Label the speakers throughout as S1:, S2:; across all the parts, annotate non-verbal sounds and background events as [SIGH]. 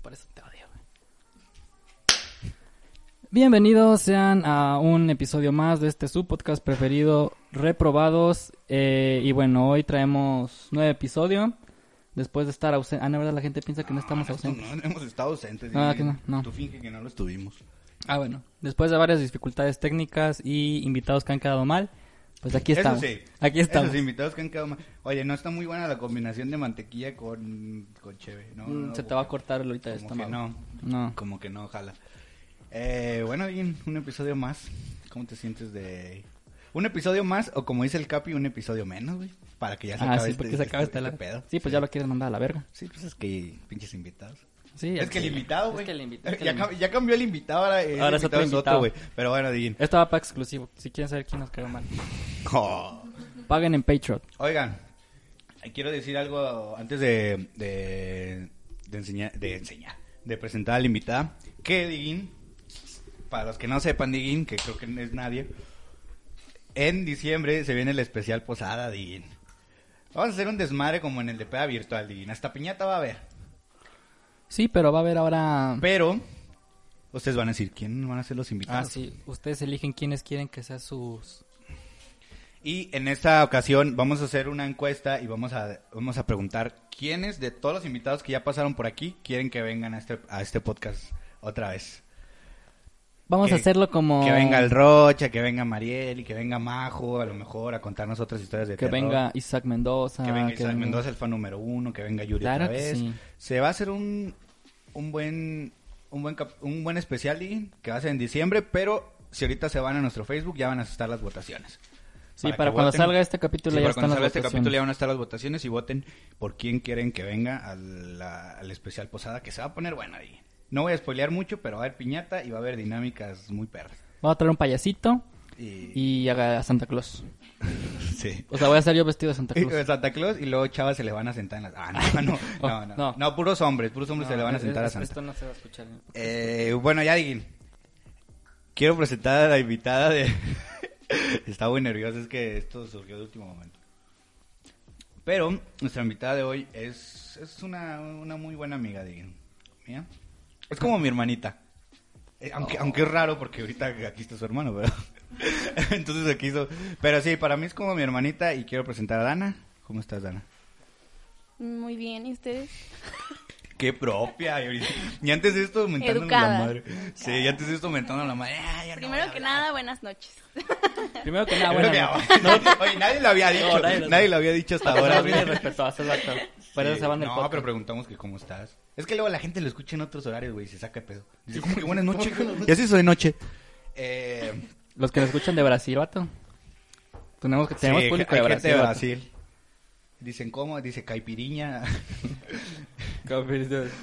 S1: por eso te odio. güey. Bienvenidos sean a un episodio más de este su podcast preferido, Reprobados. Eh, y bueno, hoy traemos nueve episodio. Después de estar ausentes. Ah, no, verdad, la gente piensa que no estamos
S2: No,
S1: ausentes.
S2: Ah, No, no hemos estado ausentes.
S1: No,
S2: dime.
S1: que no, no.
S2: Tú finge que no lo estuvimos.
S1: Ah, bueno. Después de varias dificultades técnicas y invitados que han quedado mal, pues aquí
S2: Eso
S1: estamos.
S2: sí.
S1: Aquí estamos.
S2: Esos invitados que han quedado mal. Oye, no está muy buena la combinación de mantequilla con, con cheve. No,
S1: Mm,
S2: no,
S1: Se te va a cortar ahorita
S2: Como
S1: esta madre.
S2: que no.
S1: No.
S2: Como que no, ojalá. Eh, bueno, bien, un episodio más. ¿Cómo te sientes de...? Un episodio más, o como dice el Capi, un episodio menos, güey. Para que ya se
S1: Ah,
S2: acabe
S1: sí,
S2: este-
S1: porque se acaba
S2: este-
S1: esta la...
S2: este pedo.
S1: Sí, pues ya lo quieres mandar a la verga.
S2: Sí, pues es que pinches invitados.
S1: Sí,
S2: Es que el invitado, güey.
S1: Es que el invitado. es que
S2: ya,
S1: el
S2: cam-
S1: invi-
S2: ya cambió el invitado, ahora, eh, el
S1: Ahora es otro
S2: invitado es
S1: invitado.
S2: otro, güey. Pero bueno, Digin.
S1: Esto va para exclusivo. Si quieren saber quién nos quedó mal,
S2: Oh.
S1: paguen en Patreon.
S2: Oigan, eh, quiero decir algo antes de, de, de enseñar, de enseñar, de presentar a la invitada. Que Diguín, para los que no sepan Diguín, que creo que no es nadie, en diciembre se viene el especial Posada Diguín. Vamos a hacer un desmadre como en el de peda virtual Diguín. Hasta piñata va a haber.
S1: Sí, pero va a haber ahora.
S2: Pero, ustedes van a decir, ¿quién van a ser los
S1: Ah,
S2: invitados?
S1: sí. Ustedes eligen quiénes quieren que sean sus.
S2: Y en esta ocasión vamos a hacer una encuesta y vamos a, vamos a preguntar quiénes de todos los invitados que ya pasaron por aquí quieren que vengan a este, a este podcast otra vez.
S1: Vamos a
S2: Que-
S1: hacerlo como.
S2: Que venga el Rocha, que venga Mariel y que venga Majo a lo mejor a contarnos otras historias de
S1: Que
S2: terror.
S1: venga Isaac Mendoza.
S2: que venga Isaac Mendoza, el fan número uno, que venga Yuri
S1: Claro
S2: otra
S1: que
S2: vez.
S1: sí.
S2: Se va a hacer un, un buen un buen cap- un buen especial Digin, que va a ser en diciembre, pero si ahorita se van a nuestro Facebook ya van a estar las votaciones.
S1: Sí, para,
S2: que
S1: cuando
S2: voten.
S1: salga este capítulo
S2: Sí,
S1: ya
S2: para
S1: están las
S2: cuando salga este
S1: votaciones.
S2: capítulo ya van a estar las votaciones y voten por quién quieren que venga al, la- al especial Posada, que se va a poner bueno ahí. No voy a spoilear mucho, pero va a haber piñata y va a haber dinámicas muy perras.
S1: Vamos a traer un payasito
S2: Y,
S1: y haga a Santa Claus.
S2: sí.
S1: O sea, voy a ser yo vestido de Santa
S2: Y-
S1: Claus.
S2: [LAUGHS] Santa Claus y luego chavas se le van a sentar en las... Ah, no, no,
S1: [LAUGHS] Oh,
S2: no, no,
S1: no.
S2: No, puros hombres, puros hombres se le van a
S1: es-
S2: sentar a
S1: es-
S2: Santa.
S1: Esto no se va a escuchar.
S2: Eh, bueno, ya Diguín. Quiero presentar a la invitada de... [LAUGHS] Está muy nerviosa, es que esto surgió de último momento. Pero nuestra invitada de hoy es, es una, una muy buena amiga, Diguín. Mía. Es como mi hermanita. Eh, Aunque, aunque es raro porque ahorita aquí está su hermano, pero... [LAUGHS] Entonces aquí hizo... Pero sí, para mí es como mi hermanita y quiero presentar a Dana. ¿Cómo estás, Dana?
S3: Muy bien, ¿y ustedes?
S2: Qué propia. Y, ahorita- y antes de esto mentándonos la
S3: Educada.
S2: madre. Sí, y antes de esto mentándonos la madre. Ah, ya no voy
S3: Primero
S2: a
S3: que
S2: hablar.
S3: nada, buenas noches. [LAUGHS]
S1: Primero que nada,
S2: Primero
S1: bueno. [LAUGHS] no.
S2: que nada. Oye, nadie lo había dicho.
S1: nadie
S2: nadie,
S1: lo-
S2: lo había dicho hasta
S1: Ahora
S2: ahora.
S1: bien y respetuoso, exacto. Por eso
S2: Sí,
S1: se van del
S2: No,
S1: podcast.
S2: pero preguntamos que cómo estás. Es que luego la gente lo escucha en otros horarios, güey, y se saca de pedo. Dice, ¿cómo que buenas noches? Y así soy noche. Eh,
S1: Los que nos escuchan de Brasil, vato. Tenemos, que, tenemos
S2: sí,
S1: público
S2: hay
S1: de
S2: gente
S1: Brasil.
S2: de
S1: vato.
S2: Brasil. Dicen, ¿cómo? Dice, caipiriña.
S1: [LAUGHS]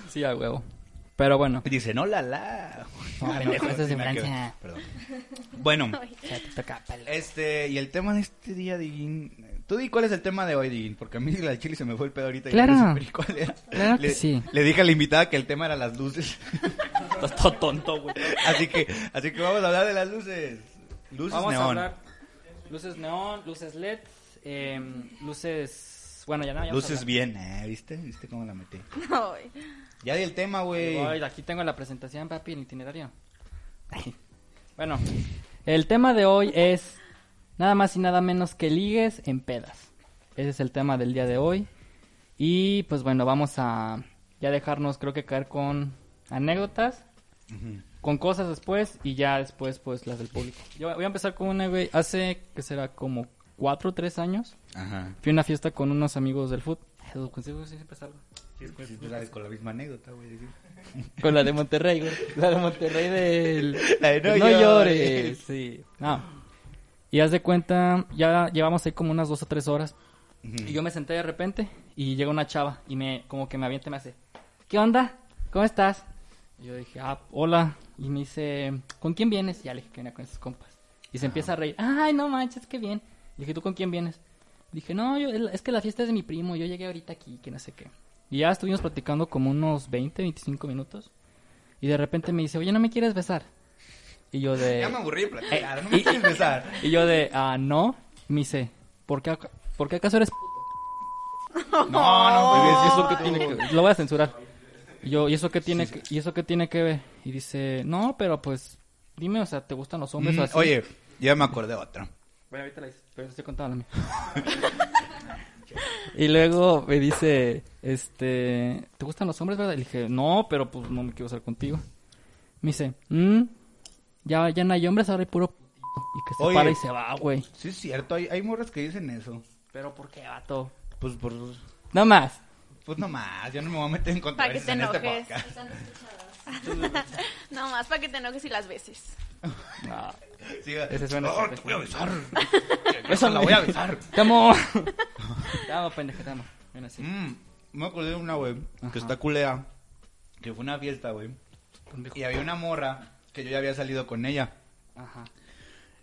S1: Sí, a huevo. Pero
S2: [LAUGHS]
S1: bueno.
S2: Dicen, no, la, [LAUGHS] la.
S1: [LAUGHS] No, no,
S2: Pendejo,
S1: esa es
S2: tiene nada que
S1: semblanza.
S2: ver. Perdón. Bueno,
S1: Ya te toca, palo.
S2: este, y el tema de este día, Diguín. Tú di cuál es el tema de hoy, Diguín, porque a mí la chile se me fue el pedo ahorita. y
S1: Claro.
S2: no supe ni cuál era.
S1: Claro que
S2: Le-
S1: sí.
S2: Le dije a la invitada que el tema era las luces. [LAUGHS]
S1: Estás todo tonto, güey.
S2: Así que, así que vamos a hablar de las luces. Luces
S1: Vamos
S2: neón.
S1: a hablar Ah, luces neón, luces LED, eh, luces... Bueno, ya no, ya vamos a
S2: Luces
S1: hablar.
S2: bien, eh, ¿viste? ¿Viste cómo la metí?
S3: No, güey.
S2: Ya di el tema, güey.
S1: Ay, aquí tengo la presentación, papi, el itinerario. Bueno, el tema de hoy es nada más y nada menos que ligues en pedas. Ese es el tema del día de hoy. Y pues bueno, vamos a ya dejarnos creo que caer con anécdotas, con cosas después y ya después pues las del público. Yo voy a empezar con una, güey, hace que será como cuatro o tres años.
S2: Ajá.
S1: Fui a una fiesta con unos amigos del fútbol. siempre salgo.
S2: Sí, tú sabes, con la misma anécdota, güey. sí.
S1: Con la de Monterrey, güey. La de Monterrey del...
S2: La de no
S1: del
S2: llores.
S1: Sí. No. Y haz de cuenta, ya llevamos ahí como unas dos o tres horas. Y yo me senté de repente y llega una chava y me, como que me avienta y me hace, ¿qué onda? ¿Cómo estás? Y yo dije, ah, hola. Y me dice, ¿con quién vienes? Y ya le dije que venía con sus compas. Y se empieza a reír, ay, no manches, qué bien. Y dije, ¿tú con quién vienes? Dije, no, yo, es que la fiesta es de mi primo, yo llegué ahorita aquí, que no sé qué. Y ya estuvimos platicando como unos 20, 25 minutos. Y de repente me dice, oye, ¿no me quieres besar? Y yo de...
S2: Ya me aburrí de platicar,
S1: Eh,
S2: no me
S1: y-
S2: quieres besar.
S1: Y yo de, ah, no. Me dice, ¿por qué, aca- ¿por qué acaso eres p-?"
S2: [LAUGHS] No, no,
S1: Pues,
S2: güey.
S1: eso que tiene que- Lo voy a censurar. Y yo, ¿y eso qué tiene, que, ¿y eso qué tiene que ver? Y dice, no, pero pues, dime, o sea, ¿te gustan los hombres o
S2: Mm,
S1: así?
S2: Oye, ya me acordé otra.
S1: Bueno, ahorita la hice, pero estoy contando la mía. [LAUGHS] y luego me dice, este, ¿te gustan los hombres, verdad? Y le dije, no, pero pues no me quiero usar contigo. Me dice, "Mm, ya, ya no hay hombres, ahora hay puro putito". Y que se
S2: Oye.
S1: para y se va, güey.
S2: Sí, es cierto, hay, hay morras que dicen eso.
S1: Pero ¿por qué, vato?
S2: Pues por.
S1: Nada más.
S2: Pues nomás, yo no me voy a meter en
S3: Para que
S2: controversias
S3: te
S2: en este
S3: enojes.
S2: podcast.
S3: no más para que te enojes y las veces.
S1: No.
S2: Sí, va.
S1: Ese suena
S2: "No, te
S1: perfecto.
S2: voy
S1: [LAUGHS]
S2: a besar.
S1: Eso
S2: Eso la voy a besar. [LAUGHS]
S1: [LAUGHS] Te amo. te amo, pendeja, te amo. Ven así.
S2: Mm, me acordé de una, güey,
S1: Ajá.
S2: que está culea. Que fue una fiesta, güey. Y había una morra que yo ya había salido con ella.
S1: Ajá.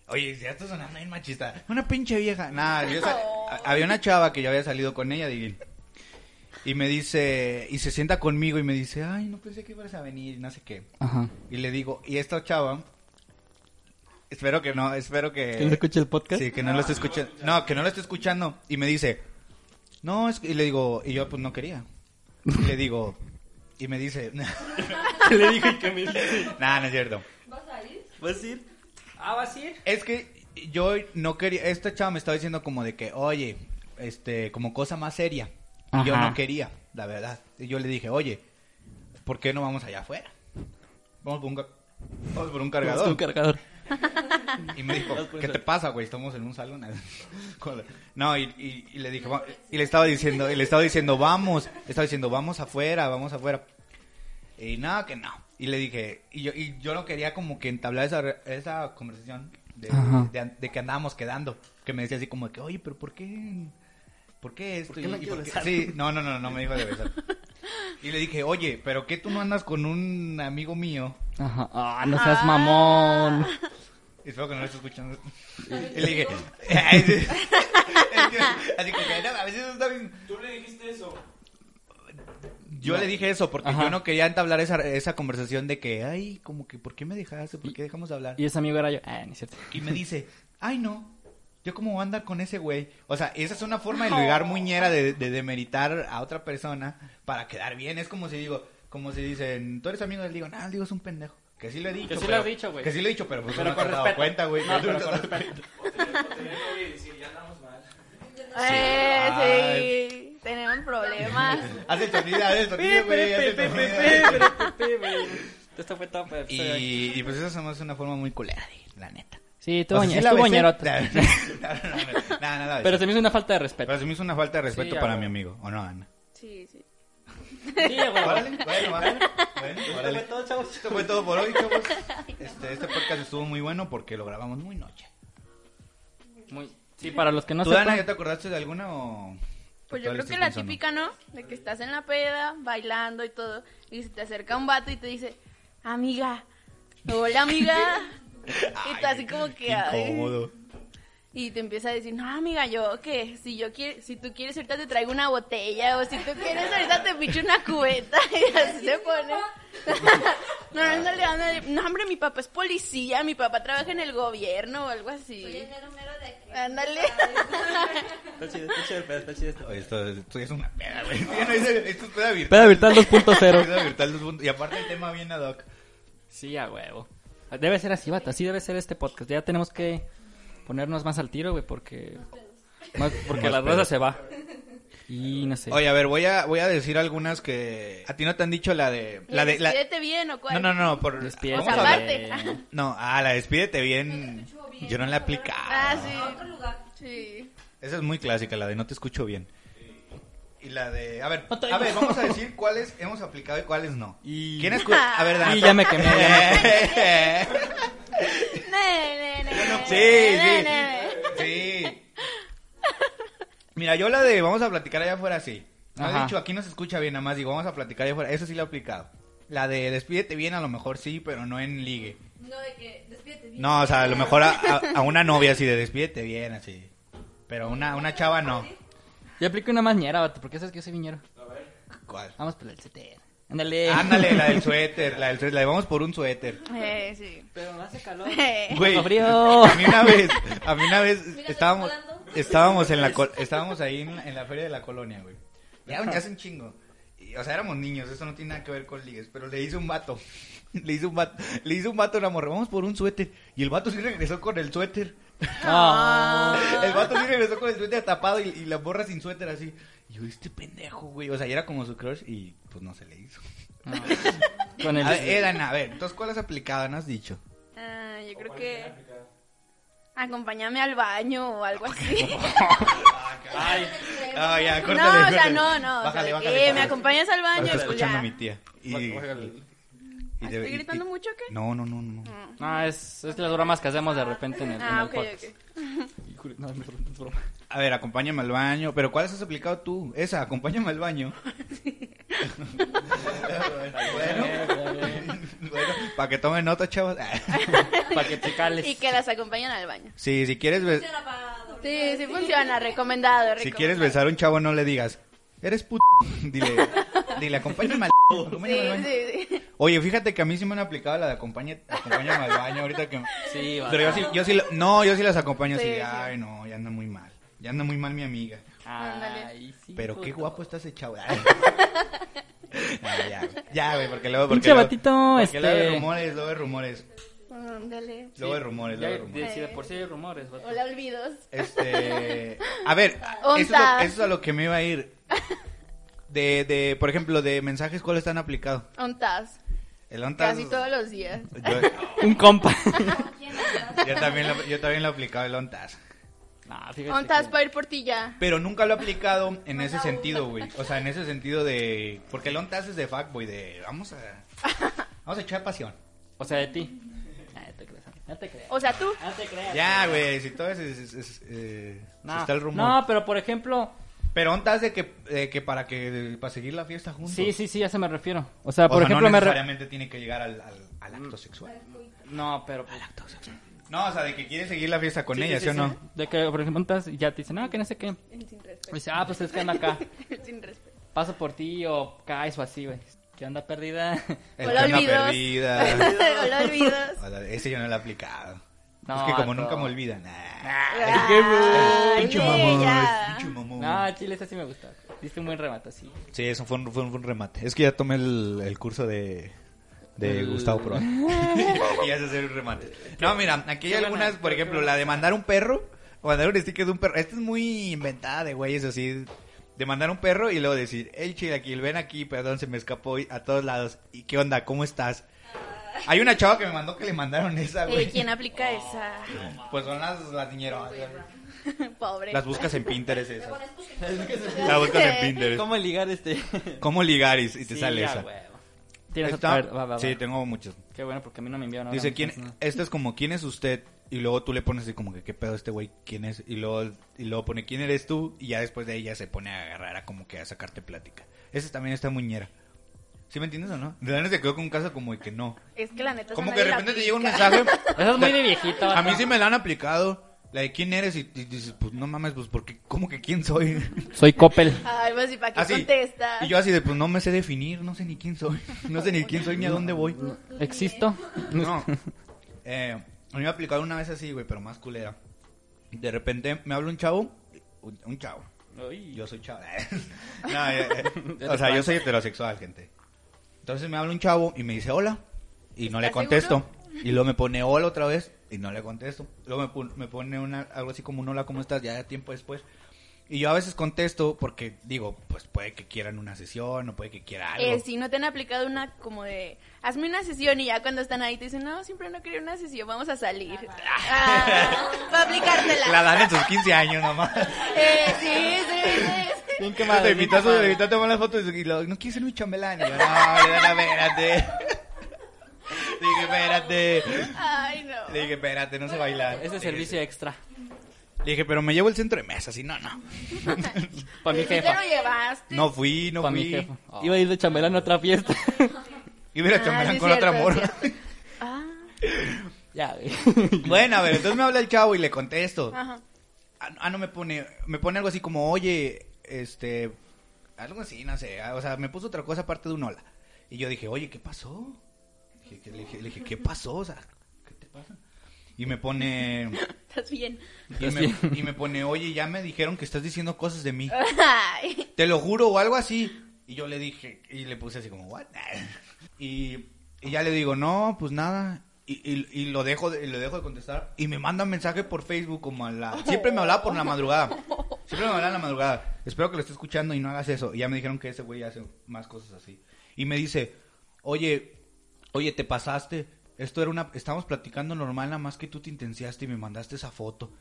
S2: Oye, ya está sonando bien machista. Una pinche vieja. Nah, yo sa- a- había una chava que yo había salido con ella, Digin. Y me dice, y se sienta conmigo y me dice, ay, no pensé que ibas a venir, no sé qué.
S1: Ajá.
S2: Y le digo, y esta chava, espero que no, espero que...
S1: ¿Que no escuche el podcast?
S2: Sí, que no lo esté escuchando. No, que no lo esté escuchando. Y me dice, no, es que... Y le digo, y yo pues no quería. Y le digo, y me dice...
S1: [LAUGHS] le dije que me dice.
S2: [LAUGHS] nah, no es cierto.
S1: ¿Vas a ir? Ah, ¿vas a ir?
S2: Es que yo no quería, esta chava me estaba diciendo como de que, oye, este, como cosa más seria. Y Yo
S1: Ajá.
S2: no quería, la verdad. Y yo le dije, oye, ¿por qué no vamos allá afuera? Vamos por un, ca- vamos por un cargador.
S1: Un cargador.
S2: Y
S1: [LAUGHS]
S2: me dijo,
S1: Vas por
S2: ¿qué
S1: eso.
S2: te pasa, güey? Estamos en un salón. [LAUGHS] Con la- No, y, y- y le dije, va- y le estaba diciendo, y le estaba diciendo, vamos, le estaba diciendo, vamos afuera, vamos afuera. Y nada, que no. Y le dije, y yo, y yo no quería como que entablar esa, re- esa conversación de,
S1: Ajá.
S2: de an- de que andábamos quedando. Que me decía así como que, oye, pero ¿por qué? ¿Por qué esto?
S1: ¿Por qué
S2: Y-
S1: me
S2: y
S1: quiero
S2: por qué-"
S1: besar?
S2: Sí, no, no, no, no me dijo de besar. Y le dije, oye, ¿pero qué tú no andas con un amigo mío?
S1: Ajá. Ah, no seas mamón.
S2: Espero que no lo esté escuchando. Y le dije, "Ay, sí". [LAUGHS] Es que- así como que no, a veces eso está bien.
S4: Tú le dijiste eso.
S2: Yo le dije eso porque
S1: Ajá.
S2: yo no quería entablar esa, esa conversación de que, ay, como que, ¿por qué me dejaste? ¿Por qué dejamos de hablar?
S1: Y ese amigo era yo. Ah, ni cierto.
S2: Y me dice, ay, no, yo como voy a andar con ese güey. O sea, esa es una forma de lugar muñera de, de demeritar a otra persona para quedar bien. Es como si digo, como si dicen, tú eres amigo del Diego. No, el Diego es un pendejo. Que sí lo he dicho.
S1: sí lo
S2: pero-
S1: has dicho, güey.
S2: Que sí lo he dicho, pero pues
S1: Pero
S2: no te
S1: con
S2: has dado
S1: respeto.
S2: cuenta, güey.
S1: No, pero
S2: te
S1: con
S2: has-
S4: O tener o tener novia y decir, ya andamos mal.
S2: Ay.
S3: Eh, sí, tenemos problemas.
S2: [LAUGHS] Haz el sonido, haz el sonido, güey. haz el sonido.
S1: Esto fue todo para-
S2: Y, y pues eso se me hace una forma muy culera, de, la neta.
S1: Sí,
S2: O
S1: estuvo
S2: sea,
S1: ñe-
S2: sí la
S1: estuvo
S2: besé.
S1: ñerota.
S2: No, no, no, no, no, no, no,
S1: Pero
S2: sí.
S1: se me hizo una falta de respeto.
S2: Pero se me hizo una falta de respeto
S1: Sí,
S2: para
S1: ya.
S2: mi amigo, ¿o no, Ana?
S3: Sí, sí.
S1: Sí, güey.
S2: [LAUGHS] Órale, bueno, vale. Bueno, órale. Esto fue todo por hoy, [LAUGHS] chavos. Este, este podcast estuvo muy bueno porque lo grabamos muy noche.
S1: Muy- Sí, para los que no
S2: ¿Tú, Ana,
S1: sepan.
S2: ya te acordaste de alguna o...?
S3: Pues
S2: o todavía
S3: yo creo
S2: estoy
S3: que la
S2: pensando?
S3: típica, ¿no? De que estás en la peda, bailando y todo, y se te acerca un vato y te dice, amiga, hola amiga.
S2: [LAUGHS]
S3: y
S2: Ay,
S3: tú así como
S2: qué
S3: que... "Ay".
S2: Incómodo.
S3: Y te empieza a decir, no amiga, yo que si yo quiero, si tú quieres ahorita te traigo una botella, o si tú quieres ahorita te picho una cubeta, [LAUGHS] y así se pone. [LAUGHS] no, no, ándale, ándale. No, hombre, mi papá es policía, mi papá trabaja en el gobierno o algo así. Ándale.
S5: Ah,
S2: Oye, esto, esto ya es una peda, güey. [LAUGHS] Ya no es- Esto es peda virtual.
S1: Peda virtual 2.0.
S2: Peda virtual dos puntos. Y aparte el tema bien ad hoc.
S1: Sí, a huevo. Debe ser así, vato. Así debe ser este podcast. Ya tenemos que ponernos más al tiro, güey, porque. más- porque
S2: Más
S1: la raza
S2: pedos.
S1: se va. Y no sé.
S2: Oye, a ver, voy a, voy a decir algunas que... ¿A ti no te han dicho la de...?
S3: [LAUGHS]
S2: La de la...
S3: Despídete bien o cuál.
S2: No, no, no, por...
S1: Despídete.
S2: vamos a
S3: Aparte.
S2: ver. No, ah, la despídete bien. Yo no la he aplicado.
S3: Ah, sí. Sí.
S2: Esa es muy clásica, la de no te escucho bien. Y la de... A ver,
S1: No te
S2: a ver,
S1: oigo.
S2: vamos a decir cuáles hemos aplicado y cuáles no.
S1: Y-
S2: ¿Quién Eh. escu- A ver, Dana.
S1: Y ya me quemé, ya
S3: Ne, ne,
S2: [LAUGHS]
S3: ne,
S2: Sí,
S3: ne, ne, ne.
S2: sí. Sí. Mira, yo la de vamos a platicar allá afuera, sí. No he
S1: Ajá.
S2: dicho, aquí no se escucha bien, nada más digo, vamos a platicar allá afuera. Eso sí lo he aplicado. La de despídete bien, a lo mejor sí, pero no en ligue.
S5: No, de que despídete bien.
S2: No, o sea, a lo mejor a, a- a una novia así de despídete bien, así. Pero una, una chava no.
S1: Yo aplico una más ñera, vato, porque sabes que yo soy viñero.
S2: ¿Cuál?
S1: Vamos por el CTR. Ándale. [LAUGHS]
S2: Ándale, la del suéter, la del suéter, la de vamos por un suéter.
S3: Eh, sí.
S1: Pero no hace
S3: [LAUGHS]
S1: calor.
S3: Eh,
S2: Güey,
S1: Tengo frío.
S2: a mí una vez, a mí una vez
S5: Mira, te
S2: estábamos,
S5: está volando.
S2: estábamos en la, col- estábamos ahí en, la- en la feria de la colonia, güey. Ya, ya hace un chingo. y, o sea, éramos niños, eso no tiene nada que ver con ligues, pero le hice un vato. [LAUGHS] Le hice un vato, le hice un vato a una morra, vamos por un suéter. Y el vato sí regresó con el suéter.
S3: Ah.
S2: El vato sí regresó con el suéter tapado y, y la morra sin suéter así. Y yo, este pendejo, güey. O sea, y era como su crush y pues no se le hizo.
S1: Con el...
S2: A ver, Edan, a ver, entonces, ¿cuál has aplicado? No has dicho.
S3: Ah, yo creo que acompáñame al baño o algo así.
S2: Ay, ah, ya,
S3: no,
S2: córtale.
S3: o sea,
S2: córtale.
S3: no, no. o sea,
S2: Bájale,
S3: de
S2: bájale,
S3: que me
S2: bájale.
S3: acompañas al
S2: Ahora
S3: baño.
S2: Está
S3: pues,
S2: escuchando
S3: ya.
S2: a mi tía. Y,
S4: Bájale.
S2: y debe-
S3: ¿Estoy
S2: y-
S3: gritando
S2: y-
S3: mucho o qué?
S2: No, no, no, no.
S1: No, es, es las bromas que hacemos de repente en el, en
S3: Ah,
S1: el
S3: ok,
S1: podcast.
S3: ok.
S1: Híjole, no, es broma, es broma.
S2: A ver, acompáñame al baño. ¿Pero cuáles has aplicado tú? Esa, acompáñame al [LAUGHS] baño. [LAUGHS] bueno, bueno, para que tomen nota, [LAUGHS] chavos.
S1: Para que te
S3: [LAUGHS] Y
S1: cales.
S3: que las acompañan al baño.
S2: Sí, si quieres, be-
S5: Funciona para doblar.
S3: Sí, sí funciona, [LAUGHS] recomendado.
S2: si
S3: recomendado.
S2: quieres besar a un chavo, no le digas, eres puto. [LAUGHS] Dile, dile, acompáñame al acompáñame al
S3: Sí,
S2: baño.
S3: sí, [LAUGHS] sí.
S2: Oye, fíjate que a mí sí me han aplicado la de acompaña, acompáñame al baño ahorita que...
S1: Sí, va.
S2: Pero yo sí, yo sí, la- no, yo sí las acompaño
S3: Sí,
S2: así,
S3: sí.
S2: ay no, ya anda muy mal, ya anda muy mal mi amiga.
S1: Ay, sí,
S2: Pero qué
S1: puto.
S2: guapo está ese chavo. [LAUGHS] Ay. Ay, ya, güey. ya, güey, porque luego... Porque
S1: Pinche
S2: luego-
S1: batito,
S2: porque
S1: este-
S2: luego hay rumores, luego hay rumores,
S3: Ándale.
S2: luego hay rumores,
S1: Ya,
S2: luego hay
S1: de-
S2: rumores.
S1: si de por sí hay rumores. vato.
S3: Mm, Hola, olvidos.
S2: Este... A ver, eso
S3: Un
S2: es, lo,
S3: tap.
S2: eso es a lo que me iba a ir. De, de, por ejemplo, de mensajes, ¿cuáles están aplicados?
S3: Ontas.
S2: El ONTAS.
S3: Casi todos los días.
S2: Yo,
S1: Un compa.
S2: yo también lo, yo también lo he aplicado el ONTAS.
S1: no, fíjate.
S3: Ontas
S1: que-
S3: para ir por ti ya.
S2: Pero nunca lo he aplicado en ese sentido, güey. O sea, en ese sentido de. Porque el ONTAS es de fuckboy, de. Vamos a.
S3: [LAUGHS]
S2: Vamos a echar pasión.
S1: O sea, de ti. Ay, te creas, No te creas.
S3: O sea, tú.
S1: No te creas.
S2: Ya, güey, si todo es. es- es- es, eh,
S1: No,
S2: está el rumor.
S1: no, pero por ejemplo,
S2: Pero ONTAS de que, de que para que. Para seguir la fiesta juntos.
S1: sí, sí, sí, ya se me refiero. O sea, por
S2: O sea,
S1: ejemplo,
S2: no
S1: me. re-
S2: necesariamente tiene que llegar al, al- al acto sexual.
S1: No, pero.
S2: No, o sea, de que quiere seguir la fiesta Ah, con
S1: Sí,
S2: ella, ¿sí,
S1: sí,
S2: o
S1: sí,
S2: no?
S1: sí. De que, por ejemplo, estás y ya te dicen, ah, que no sé qué.
S3: Sin [LAUGHS] respeto.
S1: Dice, ah, pues es que anda acá.
S3: Sin respeto.
S1: Paso por ti o caes o así, güey. Que anda perdida.
S2: El
S3: Hola,
S2: que anda
S3: olvidos.
S2: perdida.
S3: [LAUGHS] Hola, olvidos.
S2: O sea, ese yo no lo he aplicado.
S1: No,
S2: es que como
S1: vato.
S2: nunca me olvidan. nah.
S3: Ay,
S2: Pinche
S3: sí,
S2: mamón,
S3: ya. Eh,
S2: pinche mamón.
S1: No, Chile, esa sí me gusta. Diste un buen remate, sí.
S2: Sí, eso fue un, fue un- fue un remate. Es que ya tomé el, el curso de, de
S1: El-
S2: Gustavo Proa. y ya se hace un remate. No, mira, aquí
S1: qué
S2: hay algunas,
S1: buena,
S2: por
S1: qué
S2: ejemplo,
S1: buena.
S2: la de mandar un perro. O mandar un sticker de un perro. Esta es muy inventada de güeyes así. De mandar un perro y luego decir, hey chilaquil, ven aquí, perdón, se me escapó y- a todos lados. ¿Y qué onda? ¿Cómo estás? Hay una chava que me mandó que le mandaron esa, güey.
S3: Eh, ¿Quién aplica esa? [LAUGHS]
S2: Pues son las, las niñeras.
S3: Pobre.
S2: Las buscas en Pinterest
S5: Te
S2: esas.
S5: pones tus pinturas.
S2: Las buscas en Pinterest.
S1: ¿Cómo ligar este?
S2: ¿Cómo ligar y, y te
S1: Sí,
S2: sale
S1: ya,
S2: esa?
S1: huevo. Tienes
S2: Está-
S1: otra. a ver, va, va, va.
S2: Sí, tengo muchos.
S1: Qué bueno, porque a mí no me enviaron.
S2: Dice,
S1: ahora,
S2: ¿quién?
S1: entonces, no.
S2: Esta es como, ¿quién es usted? Y luego tú le pones así como que, ¿qué pedo este güey? ¿Quién es? Y luego, y luego pone, ¿quién eres tú? Y ya después de ella se pone a agarrar a como que a sacarte plática. Esa también está muñera. ¿Sí me entiendes o no? De verdad se quedó con casa como de que no.
S3: Es que la neta.
S2: Como
S3: esa
S2: que de
S3: nadie la
S2: repente te llega un
S3: aplica.
S2: mensaje.
S3: [LAUGHS]
S1: Esa es muy de viejito.
S2: A mí
S1: vato.
S2: sí me la han aplicado. La de quién eres y, y dices, pues no mames, pues porque, ¿cómo que quién soy?
S1: Soy Coppel.
S3: Ay, pues y para qué
S2: Así.
S3: contestas.
S2: Ah, Y yo así de, pues no me sé definir, no sé ni quién soy. [LAUGHS] No sé ni quién soy ni a dónde voy.
S1: ¿Existo?
S2: No. Eh, a mí me aplicaron una vez así, güey, pero más culera. De repente me habla un chavo. Un, un chavo.
S1: Ay.
S2: Yo soy chavo. [LAUGHS] No, eh, eh, o sea, yo soy heterosexual, gente. Entonces me habla un chavo y me dice hola. Y no le
S3: ¿Estás
S2: contesto. Y luego me pone hola otra vez y no le contesto. Luego me, pon- me pone una, algo así como un hola, ¿cómo estás? Ya tiempo después. Y yo a veces contesto porque digo, pues puede que quieran una sesión o puede que quiera algo.
S3: Eh, si no te han aplicado una como de hazme una sesión y ya cuando están ahí te dicen, no, siempre no quería una sesión, vamos a salir. Ah, para aplicártela.
S2: La dan en sus 15 años nomás.
S3: Eh, sí, sí, sí, sí.
S1: Bien [LAUGHS] quemado.
S2: Te
S1: bien
S2: invitas
S1: quemado.
S2: te invitó a tomar las fotos y lo- no quieres ser mi chambelán. Y yo, no, no, espérate. [LAUGHS] Le dije, espérate.
S3: Ay, no.
S2: Le dije, espérate, no sé bailar.
S1: Ese servicio extra.
S2: Le dije, pero me llevo el centro de mesa, si no, no.
S1: Para mi
S3: ¿Sí te
S1: jefa.
S3: lo llevaste?
S2: No fui, no
S1: Para mi
S2: fui.
S1: jefa. Iba a ir de chambelán a otra fiesta.
S2: Iba a ir a
S3: Ah,
S2: chambelán
S3: sí,
S2: con
S3: cierto,
S2: otra morra.
S3: cierto. Ah,
S1: [LAUGHS] ya, güey.
S2: [LAUGHS] Bueno, a ver, entonces me habla el chavo y le contesto.
S3: ajá.
S2: Ah, ah, no me pone, me pone algo así como, oye, este, algo así, no sé, ah, o sea, me puso otra cosa aparte de un hola. Y yo dije, oye, ¿qué pasó? Dije, que- Le dije, le dije, ¿qué pasó? O sea, ¿qué te pasa? Y me pone,
S3: Estás bien. [LAUGHS]
S2: y me, y me pone, oye, ya me dijeron que estás diciendo cosas de mí.
S3: Ay,
S2: Te lo juro, o algo así. Y yo le dije, y le puse así como, ¿what? [LAUGHS] Y, y ya le digo, no, pues nada. Y, y- y lo dejo de, y lo dejo de contestar. Y me manda un mensaje por Facebook como a la... Siempre me hablaba por la madrugada. Siempre me hablaba en la madrugada. Espero que lo esté escuchando y no hagas eso. Y ya me dijeron que ese güey hace más cosas así. Y me dice, oye, oye, te pasaste. Esto era una... Estamos platicando normal, nada más que tú te intensiaste y me mandaste esa foto.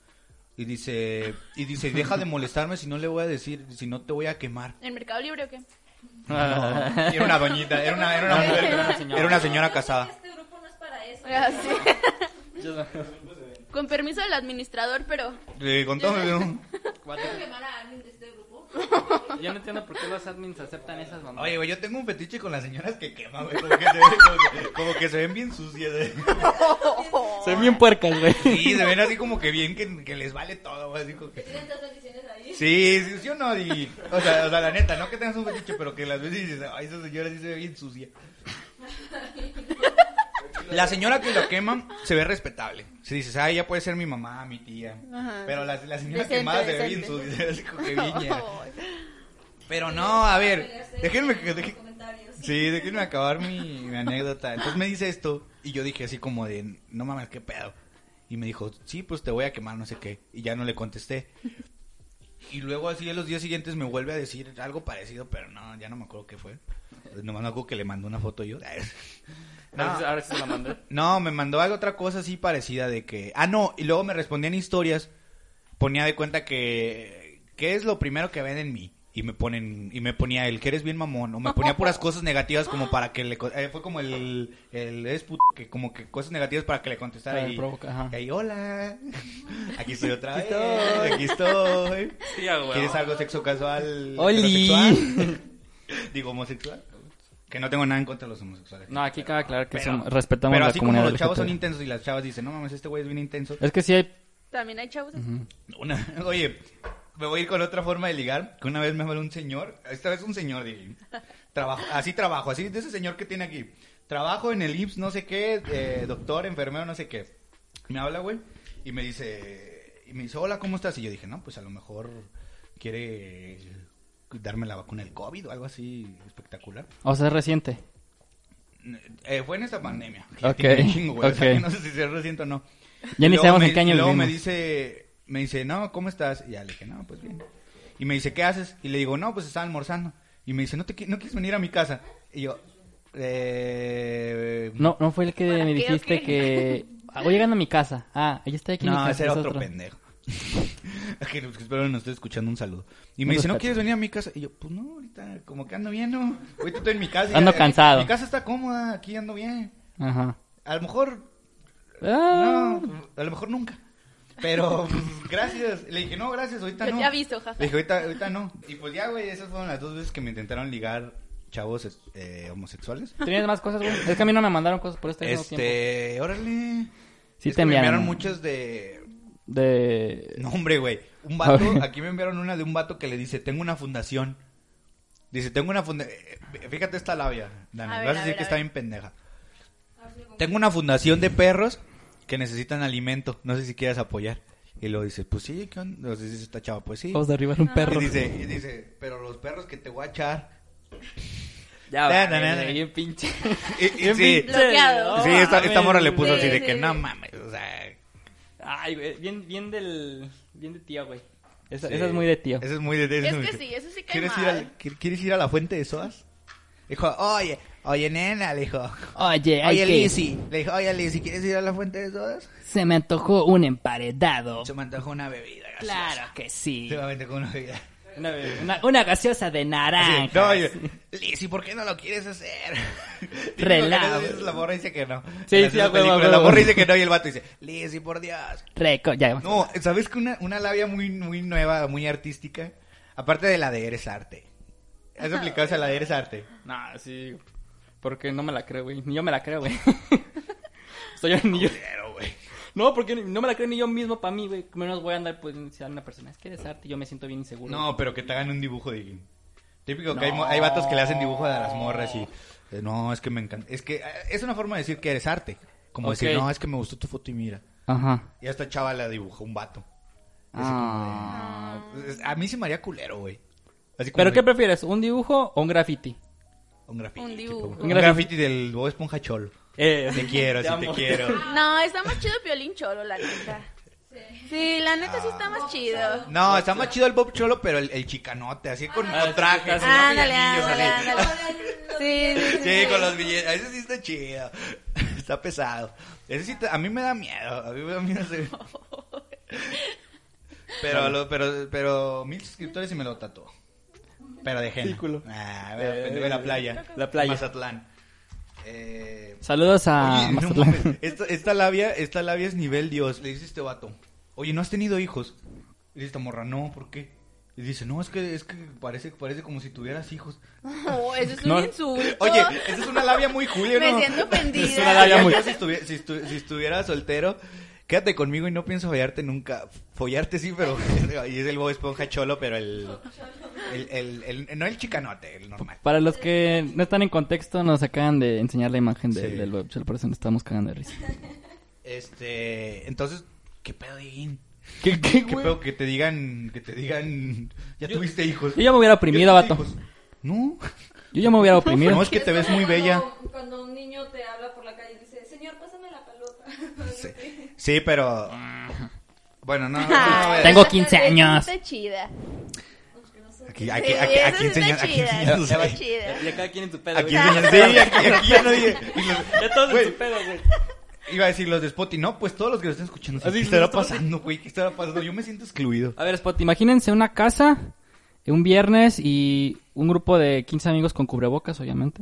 S2: Y dice, y dice, deja de molestarme si no le voy a decir, si no te voy a quemar.
S3: ¿En Mercado Libre o qué?
S2: [LAUGHS] No, era una doñita, era una, era una
S1: No, no,
S2: mujer,
S1: era una señora.
S2: era una
S5: Yo
S2: señora
S5: sé que
S2: casada.
S5: Este grupo no es para eso.
S3: Así.
S1: Yo-
S3: Con permiso del administrador, pero
S2: Le contó, ¿no?
S5: Quiero quemar a alguien de este grupo.
S1: [LAUGHS] Yo no entiendo por qué los admins aceptan esas mamadas.
S2: Oye, güey, yo tengo un fetiche con las señoras que queman, güey, como que se ven, como que, como que se ven bien sucias, güey.
S1: Se ven bien puercas, güey.
S2: Sí, se ven así como que bien, que, que les vale todo, güey, así como que...
S5: Tienen tantas decisiones ahí.
S2: Sí, sí, sí o no, Di? o sea, o sea, la neta, no que tengas un fetiche, pero que las veces dices, ay, esa señora sí se ve bien sucia. La señora que lo quema se ve respetable. Si dices, ay, ya puede ser mi mamá, mi tía.
S3: Ajá.
S2: Pero la, la señora
S3: Decente,
S2: quemada se ve bien
S3: decente.
S2: sucia, [LAUGHS] así como que bien ñera. Pero no, a ver, déjenme que... deje-
S5: Comentarios.
S2: Sí, déjenme acabar mi, mi anécdota. Entonces me dice esto y yo dije así como de, no mames, qué pedo. Y me dijo, sí, pues te voy a quemar, no sé qué. Y ya no le contesté. Y luego así en los días siguientes me vuelve a decir algo parecido, pero no, ya no me acuerdo qué fue. Nomás me acuerdo que le mandó una foto yo. [LAUGHS] [LAUGHS] No.
S1: A ver si se la mandé.
S2: No, me mandó algo, otra cosa así parecida de que... Ah, no, y luego me respondían historias, ponía de cuenta que... ¿Qué es lo primero que ven en mí? Y me ponen y me ponía el que eres bien mamón, o me ponía puras cosas negativas como para que le... co- eh, fue como el... el es puto, que como que cosas negativas para que le contestara
S1: Para
S2: y...
S1: provocar, ajá.
S2: y ahí, hola, [LAUGHS] aquí estoy otra vez,
S1: Aquí estoy.
S2: aquí estoy.
S1: Sí, a huevo.
S2: ¿Quieres algo sexo casual?
S1: Oli.
S2: heterosexual? [LAUGHS] Digo, homosexual. Que no tengo nada en contra de los homosexuales.
S1: No, aquí cabe aclarar que
S2: Pero-
S1: son- respetamos
S2: Pero
S1: la
S2: así como
S1: comunidad.
S2: los chavos son
S1: LGBT.
S2: intensos y las chavas dicen, no mames, este güey es bien intenso.
S1: Es que sí hay...
S3: también hay chavos. así.
S2: Una- [LAUGHS] oye, me voy a ir con otra forma de ligar. Que una vez me habló un señor, esta vez un señor, dije, trabajo, así trabajo, así de ese señor que tiene aquí. Trabajo en el IPS, no sé qué, eh, doctor, enfermero, no sé qué. Me habla, güey, y me dice, y me dice, hola, ¿cómo estás? Y yo dije, no, pues a lo mejor quiere darme la vacuna del COVID o algo así espectacular.
S1: O sea, es reciente.
S2: Eh, fue en esta pandemia.
S1: Ok,
S2: Tiene un chingo, güey, o sea,
S1: ok.
S2: que [LAUGHS] no sé si se reciente o no.
S1: Ya ni
S2: Y luego
S1: sabemos
S2: me-
S1: en qué año
S2: y Luego
S1: vivimos.
S2: me dice, me dice, no, ¿cómo estás? Y ya le dije, no, pues bien. Y me dice, ¿qué haces? Y le digo, no, pues estaba almorzando. Y me dice, ¿no, te, qui- no quieres venir a mi casa? Y yo, eh...
S1: No, no fue el que
S3: ¿Para
S1: me
S3: qué, o
S1: dijiste
S3: qué? [LAUGHS]
S1: que... Ah, Voy llegando a mi casa. Ah, ella está aquí en mi
S2: No,
S1: casa.
S2: ese era
S1: es
S2: otro, pendejo. [LAUGHS] que que espero que nos esté escuchando un saludo. Y me
S1: Un
S2: dice, ¿no
S1: respeto.
S2: quieres venir a mi casa? Y yo, pues no, ahorita como que ando bien, ¿no? Ahorita estoy en mi casa. y
S1: Ando
S2: ya- eh,
S1: cansado.
S2: Mi casa está cómoda, aquí ando bien.
S1: Ajá.
S2: A lo mejor
S1: Ah.
S2: No, a lo mejor nunca. Pero [LAUGHS] pues, gracias. Le dije, no, gracias, ahorita
S3: Yo
S2: no.
S3: te aviso, jaja.
S2: Le dije, ahorita, ahorita no. Y pues ya, güey, esas fueron las dos veces que me intentaron ligar chavos es- eh, homosexuales.
S1: ¿Tienes más cosas, güey? Es que a mí no me mandaron cosas por este, mismo tiempo.
S2: Este, órale.
S1: Sí
S2: Es
S1: te
S2: que me
S1: enviaron.
S2: enviaron muchas de...
S1: De...
S2: No, hombre, güey. Un vato, aquí me enviaron una de un vato que le dice, tengo una fundación. Dice, tengo una fundación... Fíjate esta labia, Dani.
S3: A ver,
S2: vas a
S3: a
S2: decir
S3: ver,
S2: que
S3: a
S2: está
S3: ver.
S2: bien pendeja.
S5: A ver si lo
S2: Tengo una fundación de perros que necesitan alimento. No sé si quieres apoyar. Y lo dice, pues sí, ¿qué onda? Entonces dice esta chava, pues sí.
S1: Vamos a derribar un
S2: [LAUGHS]
S1: perro.
S2: Y dice, y dice, pero los perros que te voy a echar. [LAUGHS]
S1: Ya,
S2: Ya,
S1: vale,
S2: no, no, no.
S1: bien pinche.
S2: Y- y sí,
S3: pinche. Bloqueado.
S2: sí, esta, esta morra le puso
S3: Sí,
S2: así de
S3: sí,
S2: que
S3: sí.
S2: no mames. O sea,
S1: Ay, güey, bien, bien del... Bien de tío, güey. Esa,
S2: sí.
S1: esa es muy de tío.
S2: Esa es muy de tío.
S3: Es que sí, eso sí cae
S2: ¿Quieres ir,
S3: mal.
S2: al- qui- ¿Quieres ir a la fuente de sodas? Dijo, oye, oye, nena, le dijo.
S1: Oye, hay que-
S2: Oye, Lizzy. Le dijo, oye, Lizzy, ¿quieres ir a la fuente de sodas?
S1: Se me antojó un emparedado.
S2: Se me antojó una bebida. gaseosa.
S1: Claro que sí.
S2: Se me antojó una bebida.
S1: Una, una- una gaseosa de
S2: Así,
S1: naranja.
S2: no, oye, Lizzy, ¿por qué no lo
S1: [LAUGHS]
S2: quieres hacer? Típico que
S1: Relajo.
S2: le dices, La morra dice que no.
S1: Sí,
S2: En las
S1: sí, a huevo,
S2: películas,
S1: a huevo.
S2: La morra dice que no y el vato dice, Lizzy, por Dios.
S1: Reco, ya. [LAUGHS]
S2: No, ¿sabes que una, una labia muy, muy nueva, muy artística? Aparte de la de eres arte. ¿Has aplicado esa la de eres arte?
S1: No, sí. Porque no me la creo, güey. Ni yo me la creo, güey. [LAUGHS] Soy yo, ni yo.
S2: Pero, güey.
S1: No, porque no me la creo ni yo mismo para mí, güey. Menos voy a andar pues si a una persona. Es que eres arte y yo me siento bien inseguro.
S2: No, pero que te hagan un dibujo de... Típico que hay, mo- hay vatos que le hacen dibujo a las morras y... eh, No, es que me encanta. Es que eh, es una forma de decir que eres arte. Como decir,
S1: Ok.
S2: no, es que me gustó tu foto y mira.
S1: Ajá.
S2: Y esta chava la dibujó un vato.
S1: Ah.
S2: Pues, A mí se me haría culero, güey. Así como
S1: ¿Pero
S2: de-
S1: qué prefieres? ¿Un dibujo o un graffiti?
S2: Un graffiti.
S3: Un dibujo.
S2: tipo, Un,
S1: Un graffiti.
S2: graffiti del Bob Esponja Chol.
S1: Eh,
S2: Te quiero,
S1: [LAUGHS] Te
S2: sí te
S1: amo.
S2: quiero.
S3: No, está más chido Piolín Cholo, la neta. Sí, la neta sí está más chido.
S2: No, está más chido el Bob Cholo, pero el, el chicanote, así con,
S1: Ah,
S2: con trajes.
S1: sí,
S2: ¿no?
S3: Ándale,
S2: Villanillos,
S3: ándale,
S2: así.
S3: ándale. Sí, sí, sí,
S2: Sí,
S3: sí.
S2: con los billetes. Ese sí está chido. Está pesado. Ese sí, te- a mí me da miedo. A mí me da miedo ese. Pero, lo- pero, pero mil suscriptores y me lo tatuó. Pero de henna.
S1: Círculo.
S2: Ah, me da pendejo en la playa.
S1: La playa.
S2: Mazatlán. Eh,
S1: Saludos a
S2: oye, no
S1: Mazatlán.
S2: mames, esta, esta labia, esta labia es nivel Dios. Le dice este vato. Oye, ¿no has tenido hijos? Le dice esta morra, no, ¿por qué? Y dice, no, es que, es que parece, parece como si tuvieras hijos.
S3: No, eso es un
S1: No.
S3: insulto.
S2: Oye, esa es una labia muy Julio,
S3: Me
S2: ¿no?
S3: siento ofendida.
S1: Es una labia muy-
S2: Yo Si, estuvi- si estu- si estuviera soltero, quédate conmigo y no pienso follarte nunca. Follarte sí, pero... [LAUGHS] Y es el Bob Esponja cholo, pero el... el- el- el- no el chicanote, el normal.
S1: Para los que no están en contexto, nos acaban de enseñar la imagen de-
S2: Sí.
S1: del web shell, por eso nos estamos cagando de risa.
S2: Este... Entonces, ¿qué pedo, Dieguín?
S1: ¿Qué, qué,
S2: ¿Qué pedo que te digan... Que te digan... Ya tuviste hijos.
S1: Yo ya me hubiera
S2: ¿Ya
S1: oprimido,
S2: tuviste
S1: vato.
S2: hijos? No. [LAUGHS]
S1: Yo ya me hubiera
S2: No,
S1: oprimido.
S2: es que te
S5: como
S2: ves muy
S5: cuando-
S2: bella.
S5: Cuando un niño te habla por la calle y dice, señor, pásame la pelota.
S2: Sí, sí, pero... Bueno, no, no, no, a ver.
S3: Ay,
S1: Ah. Tengo
S3: esa-
S1: 15
S3: esa
S1: años.
S3: Está chida.
S2: Aquí, aquí, aquí,
S3: Sí, esa
S2: aquí
S3: está
S2: enseñan- aquí
S3: chida,
S2: enseñan-
S3: está chida.
S1: Y acá quieren tu pedo,
S2: Aquí enseñan- sí, aquí- aquí ya no dije.
S1: [LAUGHS] Ya todos
S2: Güey.
S1: en su pedo, güey.
S2: Iba a decir los de Spotty, no, pues todos los que lo estén escuchando. sí,
S1: Así
S2: ¿Qué
S1: es,
S2: estará
S1: los Ah, Spotty.
S2: pasando, güey? ¿Qué estará pasando? Yo me siento excluido.
S1: A ver, Spot, imagínense una casa, un viernes y un grupo de 15 amigos con cubrebocas, obviamente.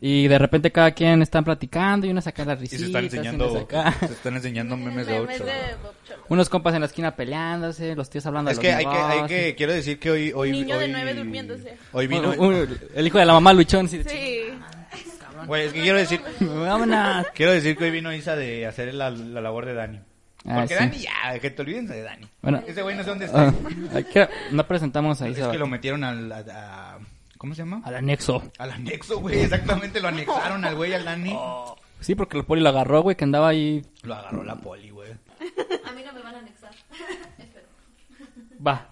S1: Y de repente cada quien están platicando y uno saca las
S2: Y
S1: risitas.
S2: se están
S1: unos,
S2: enseñando,
S1: acá.
S2: se están enseñando memes de
S3: Memes
S2: 8.
S3: de Bob Cholo.
S1: [LAUGHS] Unos compas en la esquina peleándose, los tíos hablando de
S2: Es
S1: los
S2: que hay que, hay
S1: negocios.
S2: que, quiero decir que hoy, hoy,
S3: Un niño de
S2: hoy-
S3: nueve durmiéndose.
S2: Hoy vino,
S1: Un- un- el hijo de la mamá luchón, sí. de chingada.
S3: Sí.
S2: güey, es que quiero decir,
S1: Vámonos.
S2: quiero decir que hoy vino Isa de hacer la, la labor de Dani. [LAUGHS] Porque Dani ya, que te olviden de Dani.
S1: Ah, Bueno.
S2: Ese güey no sé dónde está.
S1: Ah, hay que- no presentamos ahí,
S2: es que lo metieron al, a- a- ¿cómo se llama?
S1: Al anexo.
S2: Al anexo, güey, exactamente, lo anexaron al güey, al Dani.
S1: Sí, porque el poli lo agarró, güey, que andaba ahí.
S2: Lo agarró la poli, güey.
S5: A mí no me van a anexar. Espero.
S1: Va.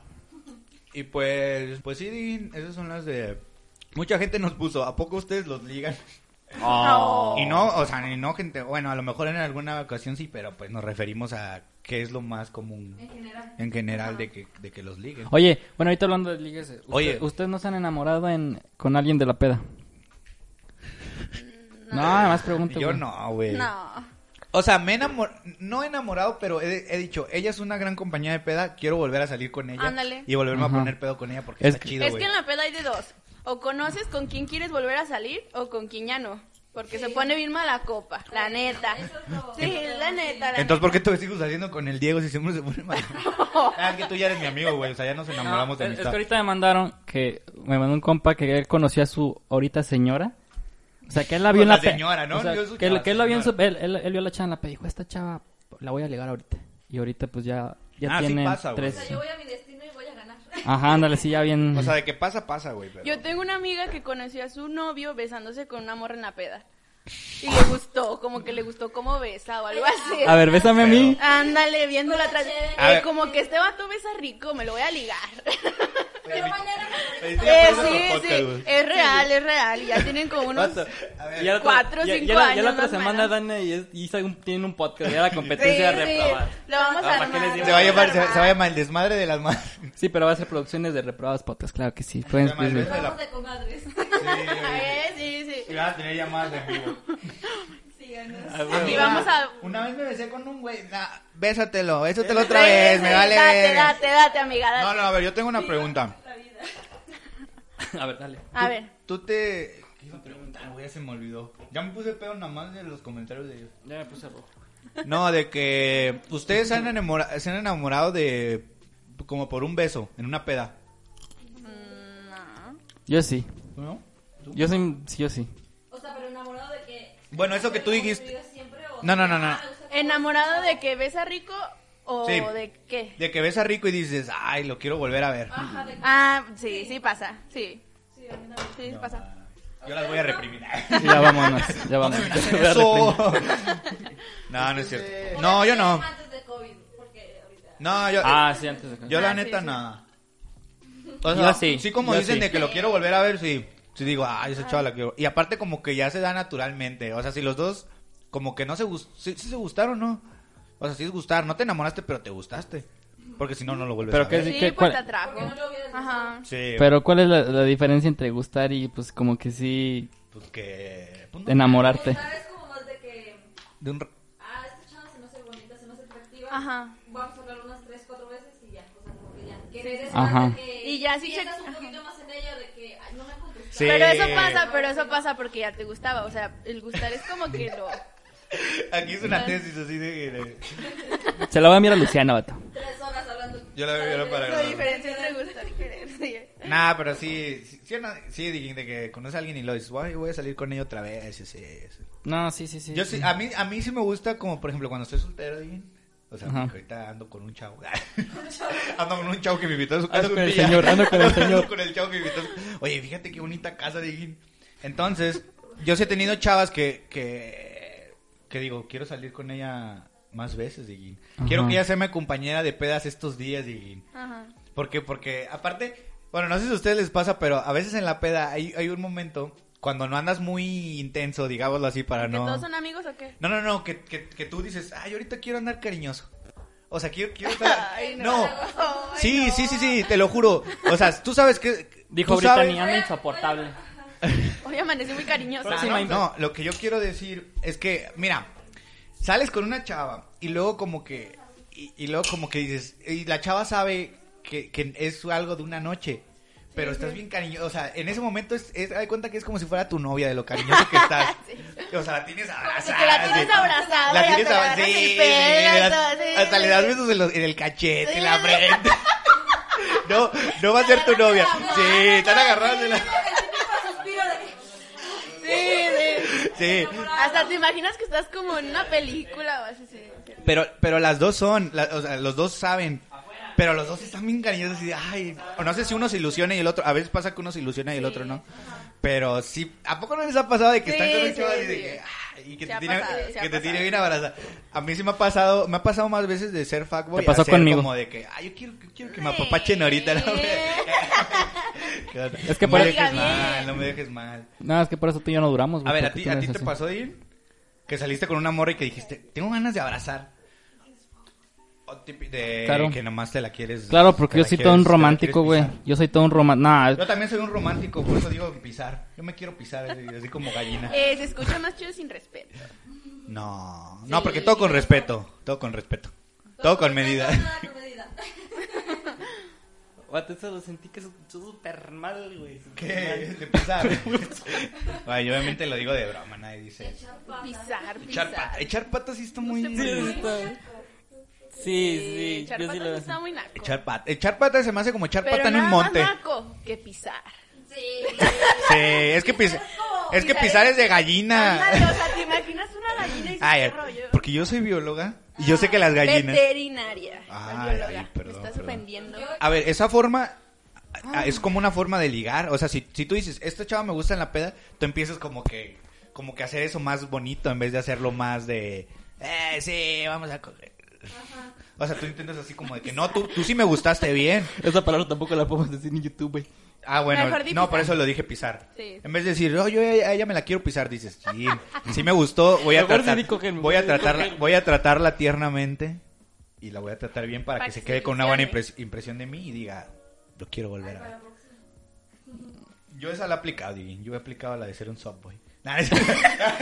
S2: Y pues, pues sí, Diguín, esas son las de... Mucha gente nos puso, ¿a poco ustedes los ligan? Y no, o sea, y no gente, bueno, a lo mejor en alguna ocasión sí, pero pues nos referimos a qué es lo más común
S5: En general.
S2: en general de que, de que los liguen.
S1: Oye, bueno, ahorita hablando de ligas. eh, ¿usted-
S2: Oye.
S1: ¿Ustedes no se han enamorado en, con alguien de la peda? No, nada más pregunto.
S2: Yo
S1: güey.
S2: no, güey.
S3: No.
S2: O sea, me he enamor... no he enamorado, pero he, he dicho, ella es una gran compañía de peda, quiero volver a salir con ella.
S3: Ándale.
S2: Y volverme
S1: Ajá.
S2: a poner pedo con ella porque
S1: Es
S2: está
S1: que-
S2: chido,
S3: Es que
S2: güey.
S3: en la peda hay de dos. O conoces con quién quieres volver a salir o con quién ya no. Porque se pone bien mala copa, la neta. Sí, la neta, la
S2: Entonces, ¿por qué tú sigues saliendo con el Diego si siempre se pone mal?
S3: [LAUGHS]
S2: ah, que tú ya eres mi amigo, güey. O sea, ya nos enamoramos de
S1: es, es
S2: amistad.
S1: que ahorita me mandaron que me mandó un compa que él conocía a su ahorita señora. O sea, que él la vio
S2: O
S1: en
S2: la
S1: la peda.
S2: señora, ¿no?
S1: O sea,
S2: Yo escuchaba
S1: que, él- que él la vio en su.
S2: señora.
S1: Él, él- él vio a la chava en la peda y dijo: Esta chava la voy a ligar ahorita. Y ahorita, pues ya. Ya
S2: Ah, sí
S1: tienen
S2: pasa, güey.
S5: O
S1: tres.
S5: sea, yo voy a mi destino y voy a ganar.
S1: Ajá, ándale, sí, ya bien.
S2: O sea, de que pasa, pasa, güey. pero-
S3: Yo tengo una amiga que conoció a su novio besándose con una morra en la peda. Y le gustó, como que le gustó cómo besa o algo así.
S1: A ver, bésame a mí.
S3: Ándale, viéndola atrás.
S5: A
S3: Eh,
S2: ver.
S3: como que este vato besa rico, me lo voy a ligar.
S5: Pero mañana me
S2: Eh,
S5: voy a-
S2: ya por
S3: Eh,
S2: eso
S3: sí,
S2: los podcast,
S3: sí,
S2: güey.
S3: es real, es real. Y ya tienen como unos...
S1: Vato,
S2: A ver.
S1: y ya la otra-
S3: cuatro,
S1: ya-
S3: cinco
S1: ya la- Ya
S3: años
S1: la otra
S3: más
S1: semana
S3: menos.
S1: Dana y, es- y Isa un- tienen un podcast, ya la
S3: Sí,
S1: competencia de
S3: sí,
S1: reprobadas.
S3: lo vamos a
S1: Ah, ¿para qué les
S3: armar.
S1: digo?
S2: Se va a llamar, se,
S3: lo vamos
S2: se va a llamar el desmadre de las madres.
S3: [LAUGHS]
S1: Sí, pero va a ser producciones de reprobadas podcast, claro que sí. Pueden,
S2: Ya, madre,
S1: pueden-
S2: ¿verdad?
S5: Vamos de comadres.
S3: armar. Eh, sí, sí.
S2: vas a tener llamadas de amigo.
S5: Síganos.
S1: Ah, bueno.
S3: Y vamos a...
S2: Una vez me besé con un güey. Nah, bésatelo, bésatelo otra vez,
S3: Sí,
S2: me
S3: sí,
S2: vale.
S3: Date,
S2: verga.
S3: date, date, amiga, date.
S2: No, no, a ver, yo tengo una pregunta.
S5: La vida.
S1: A ver, dale.
S3: A ver.
S2: Tú te. ¿Qué iba a preguntar, güey? Ya se me olvidó. Ya me puse pedo nada más de los comentarios de ellos.
S1: Ya me puse rojo.
S2: No, de que ustedes se han, enamora- se han enamorado de... Como por un beso, en una peda.
S1: Yo sí.
S2: ¿No?
S1: Yo soy, sí, yo sí.
S5: O sea, pero enamorado de que.
S2: Bueno, eso que tú dijiste.
S5: ¿Conmigo siempre o-
S2: No, no, no, no.
S5: Ah, me gusta cómo
S3: ¿Enamorado
S5: besa.
S3: de que besa rico o
S2: Sí.
S3: de qué?
S2: De que ves a Rico y dices, ay, lo quiero volver a ver.
S5: Ajá, de-
S3: Ah, sí, sí pasa, sí.
S5: Sí, a mí también.
S3: Sí, pasa.
S2: Yo las voy a reprimir.
S1: Sí, ya vámonos, ya
S2: [LAUGHS]
S1: vámonos.
S2: Eso. [LAUGHS] No, no es cierto. No, yo no.
S5: Antes de COVID, porque ahorita.
S2: No, yo...
S1: Ah, sí, antes de
S2: Yo
S3: Ah,
S2: la
S3: sí,
S2: neta
S3: sí.
S2: nada. O
S1: Yo
S2: sea,
S1: sí,
S2: sí. como
S1: yo
S2: dicen
S1: sí.
S2: de que lo quiero volver a ver, sí. Sí digo, ah, esa chava la quiero. Y aparte como que ya se da naturalmente. O sea, si los dos como que no se gust sí, sí se gustaron, ¿no? O sea, sí es gustar. No te enamoraste, pero te gustaste. Porque si no, no lo vuelves
S1: Pero
S2: a
S1: qué
S2: ver.
S1: es-
S3: Sí,
S1: ¿Qué-
S3: pues
S1: cuál?
S3: te atrajo.
S5: Porque no lo hubieras visto.
S3: Ajá.
S2: Sí,
S1: Pero ¿cuál es la, la diferencia entre gustar y pues como que sí
S2: pues que... pues, no.
S1: enamorarte?
S5: Gustar es como más de que,
S2: De un... r-
S5: ah, esta chava se me hace bonita, se me hace atractiva.
S3: Ajá.
S5: Vamos a hablar unas 3, 4 veces y ya, o sea, como que ya. Que eres
S1: Ajá.
S5: más de que
S3: Y ya sí se-
S5: piensas un
S3: ajá.
S5: poquito más en ella de que, ay, no me contestó.
S2: Sí.
S3: Pero eso pasa, pero eso pasa porque ya te gustaba. O sea, el gustar es como que lo.
S2: Aquí es una tesis así de... de-
S1: Se la voy a mirar a Luciana, vato.
S5: 3 horas hablando.
S2: Yo la voy a ver para
S3: La
S2: grabar.
S3: diferencia entre gustar y querer. sí.
S2: Nah, pero sí, sí, sí, no- sí, de, de que conoces a alguien y lo dices, "Ay, voy a salir con ella otra vez. Sí, sí, sí.
S1: No, sí, sí, sí.
S2: Yo sí, a mí, a mí sí me gusta como, por ejemplo, cuando estoy soltero, ¿sí? o sea,
S1: Ajá.
S2: porque ahorita ando con un chavo. [LAUGHS] ando con un chavo que me invitó a su casa
S1: Ando
S2: un
S1: con el
S2: día.
S1: señor, ando con
S2: [LAUGHS]
S1: el señor.
S2: con el chavo que me invitó. a su- Oye, fíjate qué bonita casa, Digin. Entonces, yo sí he tenido chavas que, que, que digo, quiero salir con ella más veces, Digin. Quiero
S1: Ajá.
S2: que ella sea mi compañera de pedas estos días, Digin.
S3: Ajá.
S2: Porque, porque, aparte, bueno, no sé si a ustedes les pasa, pero a veces en la peda hay, hay un momento cuando no andas muy intenso, digámoslo así, para
S3: ¿Que
S2: no...
S3: todos son amigos o qué?
S2: No, no, no, que, que, que tú dices, ay, ahorita quiero andar cariñoso. O sea, quiero,
S3: [LAUGHS]
S2: quiero estar...
S3: Ay,
S2: no.
S3: no.
S2: Sí, sí, sí, sí, te lo juro. O sea, tú sabes que...
S1: Dijo
S2: tú sabes-
S1: Brittany, anda insoportable.
S3: Hoy amanecí muy cariñosa.
S2: Ah,
S1: Próxima
S2: no,
S1: imp-
S2: no, lo que yo quiero decir es que, mira, sales con una chava y luego como que, y, y luego como que dices, y la chava sabe que, que es algo de una noche, pero estás bien cariñoso, o sea, en ese momento es, es, haz de cuenta que es como si fuera tu novia de lo cariñoso que
S3: [LAUGHS]
S2: estás, o sea, la tienes abrazada.
S3: que la tienes
S2: sí.
S3: abrazada,
S2: La
S3: ya
S2: tienes
S3: te
S2: abrazada,
S3: agarras
S2: sí,
S3: el
S2: sí,
S3: pelo,
S2: le das-
S3: todo, sí.
S2: hasta le das besos en, los- en el cachete, en la
S3: Sí.
S2: frente. [LAUGHS] No, no va a ser tu novia. Sí, están agarradas de la...
S3: [LAUGHS]
S5: El típico suspiro de que,
S3: Sí, sí.
S2: Sí,
S3: Hasta te imaginas que estás como en una película o así. Sí.
S2: Pero, pero las dos son, la- o sea, los dos saben. Pero los dos están bien cariñosos y, ay, o no sé si uno se ilusiona y el otro, a veces pasa que uno se ilusiona y el otro no. Pero sí, ¿a poco no les ha pasado de que
S3: Sí,
S2: están con un
S3: sí,
S2: chaval y de
S3: sí.
S2: que, ay, y que
S3: Se
S2: te
S3: ha
S2: tiene,
S3: pasado, se ha
S2: que te tiene
S3: pasado.
S2: bien abrazada? A mí sí me ha pasado, me ha pasado más veces de ser fuckboy.
S1: Te pasó
S2: a ser
S1: conmigo.
S2: Como de que, ay, yo quiero, yo quiero que me apapachen ahorita. [LAUGHS] ¿no?
S1: Es que
S2: no me
S1: por-
S2: dejes
S3: Oiga, bien.
S2: mal, no me dejes mal.
S1: No, es que por eso tú y yo no duramos.
S2: A
S1: güey,
S2: ver, ¿a
S1: porque
S2: ti,
S1: tú
S2: a
S1: no
S2: ti
S1: eres
S2: te
S1: así.
S2: pasó de ir? Que saliste con una morra y que dijiste, tengo ganas de abrazar. O tipi- de
S1: Claro.
S2: que nomás te la quieres.
S1: Claro, porque
S2: te
S1: yo
S2: la
S1: soy
S2: quieres-
S1: todo un
S2: te la quieres
S1: romántico, güey.
S2: pisar.
S1: Yo soy todo un romántico.
S2: Yo también soy un romántico, por eso digo pisar. Yo me quiero pisar, así, así como gallina.
S3: Eh, se escucha más chido sin respeto.
S2: No, no, porque todo con respeto. Todo con respeto. Todo con medida.
S5: Nada con medida.
S1: Vato, eso lo sentí que es súper mal, güey.
S2: [LAUGHS] ¿Qué?
S1: [LAUGHS]
S2: De pisar. Ay, obviamente lo digo de broma, nadie dice. Echar
S3: Pisar, pisar.
S2: patas. Echar patas sí está muy.
S1: Sí, sí,
S3: Echar
S1: yo sí
S3: patas
S1: lo
S3: está muy naco.
S2: Echar patas. Echar patas se me hace como echar
S3: Pero
S2: pata en
S3: nada
S2: un monte.
S3: más naco que pisar.
S5: Sí.
S2: Sí, es que pisar es que pisar es de
S3: Ándale, o
S2: gallina.
S3: sea, te imaginas una gallina y dices,
S2: [LAUGHS] Ay,
S3: "Qué rollo.
S2: porque yo soy bióloga y yo sé que las gallinas.
S3: Veterinaria.
S2: Ay,
S3: bióloga.
S2: ay, perdón,
S3: Me estás
S2: perdón.
S3: ofendiendo.
S2: A ver, esa forma ah, es como una forma de ligar, o sea, si, si tú dices, "Esta chava me gusta en la peda", tú empiezas como que como que hacer eso más bonito en vez de hacerlo más de eh, sí, vamos a coger. O sea, tú intentas así como de que no, tú, tú sí me gustaste bien.
S1: Esa palabra tampoco la podemos decir en YouTube, güey.
S2: Ah, bueno,
S3: Mejor di
S2: no,
S3: pisar.
S2: por eso lo dije pisar.
S3: Sí.
S2: En vez de decir, oh, yo a ella, a ella me la quiero pisar, dices, [LAUGHS] sí, sí me gustó, voy a
S1: Mejor sí
S2: tratar,
S1: di cogerme,
S2: voy a
S1: mejor di
S2: tratarla,
S1: cogerme.
S2: voy a tratarla tiernamente y la voy a tratar bien para,
S3: Para
S2: que se
S3: que
S2: quede
S3: se
S2: con una buena
S3: ilusione.
S2: impres- impresión de mí y diga, lo quiero volver a ver. Yo esa la he aplicado, Divin. Yo he aplicado la de ser un softboy. Nada, no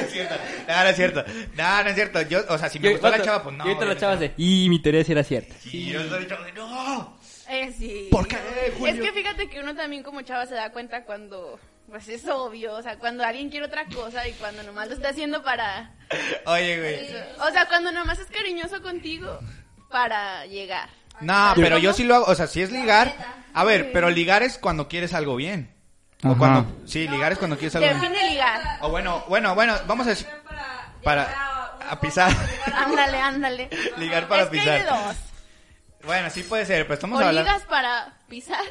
S2: es [LAUGHS] cierto. Nah, no es cierto. Nah, no es cierto. Nah, no es cierto. Yo, o sea, si me
S1: Yo-
S2: gustó la
S1: vato,
S2: chava, pues no.
S1: Y ahorita la
S2: obviamente
S1: chava
S2: no.
S1: dice, y mi teoría sí era cierta.
S2: Sí, yo soy la chava de, no.
S3: Eh, sí.
S2: ¿Por qué, Julio?
S3: Es que fíjate que uno también como chava se da cuenta cuando, pues es obvio, o sea, cuando alguien quiere otra cosa y cuando nomás lo está haciendo para...
S2: Oye, güey.
S3: O sea, cuando nomás es cariñoso contigo para llegar.
S2: No,
S3: Yo-
S2: pero yo sí lo hago, o sea, si es ligar, a ver, pero ligar es cuando quieres algo bien. O
S1: Ajá.
S2: cuando sí, ligar es cuando quieres algo bien.
S3: Define ligar.
S2: O bueno, bueno, bueno, vamos a decir
S5: Para,
S2: para
S5: una
S2: a pisar, [LAUGHS]
S3: Ándale, ándale.
S2: ligar para
S3: es Que hay de
S2: pisar.
S3: dos.
S2: Bueno, sí puede ser, pero estamos
S3: o
S2: hablando
S3: ligas para pisar.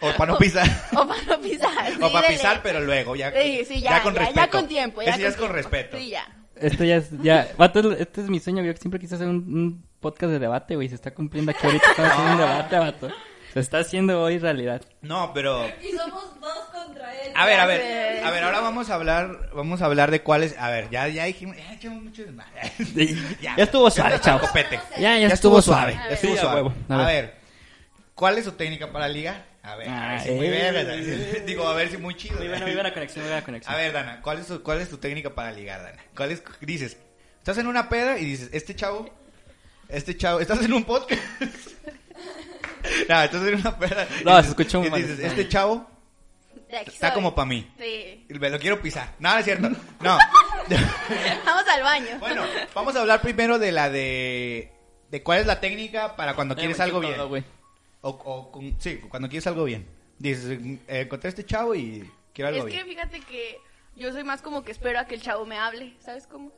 S2: o para no
S3: [LAUGHS]
S2: pisar.
S3: O para no pisar.
S2: O
S3: sí,
S2: para
S3: dele.
S2: pisar, pero luego, ya,
S3: Sí, sí, ya,
S2: ya con
S3: ya,
S2: respeto.
S3: ya con tiempo. Ya
S2: Ese ya es con
S3: tiempo.
S2: respeto.
S3: Sí, ya.
S1: Esto ya es, ya, vato, este es mi sueño, yo siempre quise hacer un, un podcast de debate, güey, se está cumpliendo aquí ahorita, estamos haciendo un debate, vato. Se está haciendo hoy realidad.
S2: No, pero
S5: [LAUGHS] Y somos dos contra él.
S2: A ver, a
S3: sé.
S2: ver, a ver, ahora vamos a hablar, vamos a hablar de cuáles, a ver, ya, ya dijimos, ya echamos mucho desmadre.
S1: [LAUGHS] Ya estuvo suave,
S2: está
S1: chavos.
S2: copete.
S1: Ya,
S2: Ya estuvo suave, ya
S3: ver.
S2: estuvo
S1: Sí, a
S2: suave.
S1: huevo.
S2: A,
S1: A
S2: ver. ¿cuál es su técnica para ligar? A ver, a ver si
S1: Ah,
S2: muy
S1: eh.
S2: verga, a ver si- [LAUGHS] digo, a ver si muy chido.
S1: Muy buena, muy buena conexión, muy buena conexión.
S2: A ver, Dana, ¿cuál es, tu, ¿cuál es tu técnica para ligar, Dana? ¿Cuál es, dices, estás en una peda y dices, este chavo, este chavo, estás en un podcast. [LAUGHS] no, estás en una peda. y
S1: No, se
S2: dices-
S1: escuchó muy
S2: y
S1: mal.
S2: dices, este chavo está como para mí.
S3: Sí. [LAUGHS]
S2: Me lo quiero pisar. No, no es cierto. No.
S3: Vamos al baño.
S2: bueno, vamos a hablar primero de la de. De cuál es la técnica para cuando
S1: Eh,
S2: quieres
S1: me
S2: algo
S1: quito
S2: bien.
S1: todo, güey.
S2: o, o con- sí, cuando quieres algo bien. Dices, eh, encontré a este chavo y quiero
S3: es
S2: algo
S3: que
S2: bien.
S3: fíjate que yo soy más como que espero a que el chavo me hable, ¿sabes cómo?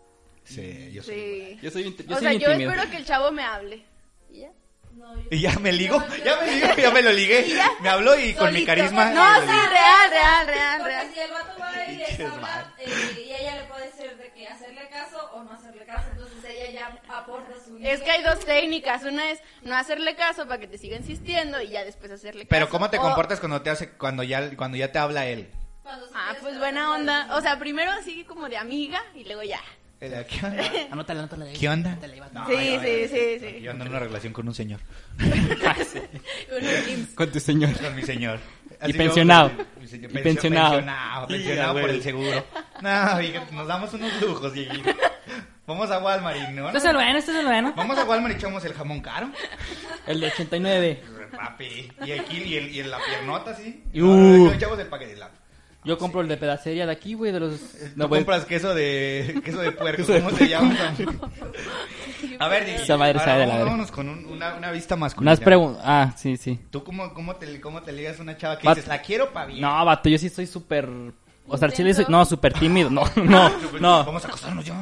S2: Sí, yo soy.
S3: Sí.
S1: Yo soy, int- yo
S3: O
S1: soy
S3: sea, yo
S1: intimido.
S3: espero que el chavo me hable. ¿Y ya?
S5: No, yo-
S2: Y ya me ligo,
S5: No, yo-
S2: ya me ligo, ya me lo ligué. Me habló y con mi
S3: Solito.
S2: carisma.
S3: No,
S2: lo
S3: sí,
S2: ligué.
S3: real, real, Ah, real,
S5: Porque
S3: real.
S5: si el vato va y les
S2: Pinches
S5: habla, eh, y ella le puede decir de que hacerle caso o no hacerle caso, entonces ella ya aporta su
S3: Es que hay dos técnicas. Una es no hacerle caso para que te siga insistiendo y ya después hacerle caso.
S2: Pero ¿cómo te
S3: O-
S2: comportas cuando te hace, cuando ya, cuando ya te habla él?
S5: Cuando se
S3: Ah,
S5: quiere
S3: pues
S5: estar-
S3: buena onda. O sea, primero sigue como de amiga y luego ya.
S2: El- Eh, ¿Qué onda? [LAUGHS]
S1: Anótala, anótala. ahí.
S2: ¿Qué onda?
S1: Anótala, ahí va.
S2: No,
S3: Sí,
S2: yo-
S3: sí, sí, sí.
S2: Yo ando en una relación con un señor.
S3: Con un IMSS.
S1: Con tu señor.
S2: Con mi señor.
S1: Y
S2: que
S1: pensionado.
S2: vamos a- mi señor-
S1: Y
S2: pension-
S1: pensionado.
S2: Pensionado,
S1: Sí,
S2: pensionado
S1: a
S2: por
S1: huevo.
S2: el seguro. No, fíjate, nos damos unos lujos, Dieguito. Vamos a Walmart y no.
S1: Este es el bueno, este es el bueno.
S2: Vamos a Walmart y echamos el jamón caro.
S1: El de 89.
S2: Papi. Y el kil y, el, y el- la piernota, sí.
S1: Y,
S2: No,
S1: uh.
S2: no, echamos el paquete de la.
S1: Yo compro el de pedacería de aquí, güey, de los...
S2: Eh, ¿Tú
S1: No, pues. güey.
S2: compras queso de queso de puerco? ¿Cómo se llama? A ver, Dieguito,
S1: Esa madre
S2: ahora
S1: sabe de la
S2: vamos-
S1: verga.
S2: vámonos con un- una, una vista masculina.
S1: Unas preguntas... Ah, sí, sí.
S2: ¿Tú cómo, cómo, te, cómo te ligas a una chava que
S1: Vas-
S2: dices, la quiero pa' bien?
S1: No, vato, yo sí soy súper... O sea, al chile soy... No, súper tímido.
S2: [LAUGHS]
S1: No, no, no.
S2: pues, Vamos a acostarnos ya.
S1: [LAUGHS]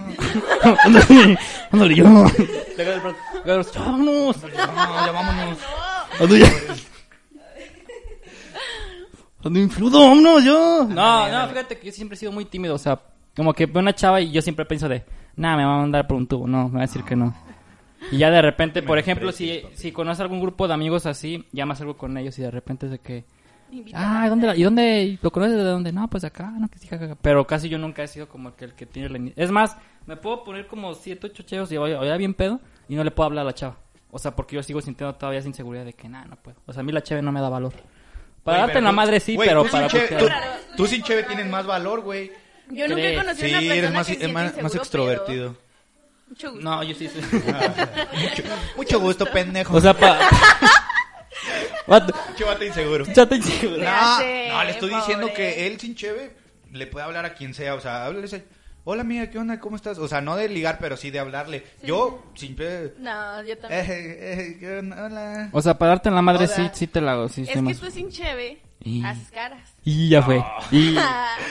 S1: Ándale, ándale, yo. Luego de pronto- luego de pronto, Vámonos.
S2: No, ya vámonos.
S1: Ándale, ya. Ando infludo, vámonos yo. No,
S2: Ándale,
S1: no,
S2: ándale.
S1: fíjate que yo siempre he sido muy tímido, o sea, como que veo una chava y yo siempre pienso de, nah, me va a mandar por un tubo, no, me va a decir que no. Y ya de repente, por ejemplo, si, si conoces algún grupo de amigos así, llamas algo con ellos y de repente es de que, ah, ¿y ¿dónde, la- ¿y dónde lo conoces? ¿De dónde? No, pues acá, no, que sí, jajaja. Pero casi yo nunca he sido como que el que tiene la... ini- Es más, me puedo poner como siete, ocho cheos y voy, voy a bien pedo y no le puedo hablar a la chava. O sea, porque yo sigo sintiendo todavía esa inseguridad de que, nah, no puedo. O sea, a mí la chave no me da valor. Para
S2: Güey,
S1: darte
S2: pero
S1: la
S2: tú-
S1: madre sí,
S2: güey,
S1: pero
S2: tú sin
S1: para...
S2: che-
S1: buscar-
S2: tú, tú sin cheve tienes más valor, güey.
S3: Yo nunca he
S1: ¿Crees?
S3: conocido
S2: Sí,
S3: a una persona
S2: eres más,
S3: que se
S2: es
S3: siente
S2: más, más
S3: inseguro,
S2: extrovertido.
S3: pero- Mucho gusto.
S1: No, yo sí [LAUGHS] soy...
S2: Mucho gusto, pendejo.
S1: o sea, pa... [LAUGHS] Vato,
S2: Chivate inseguro. No,
S1: chata insegura.
S3: hace,
S2: no, le estoy diciendo
S3: pobre.
S2: que él sin cheve le puede hablar a quien sea. O sea, háblale. ese, Hola, mía, ¿qué onda? ¿Cómo estás? O sea, no de ligar, pero sí de hablarle. Yo, sin cheve.
S3: No, yo también.
S2: eh, eh, ¿qué onda? Hola.
S1: [LAUGHS] O sea, para darte la madre
S2: Hola.
S1: sí, sí te la hago, sí,
S3: es
S1: soy
S3: que
S1: más-
S3: tú sin cheve
S1: Y-
S3: haces caras.
S1: Y ya fue.
S2: Ah. [LAUGHS]
S1: Y...
S3: [LAUGHS]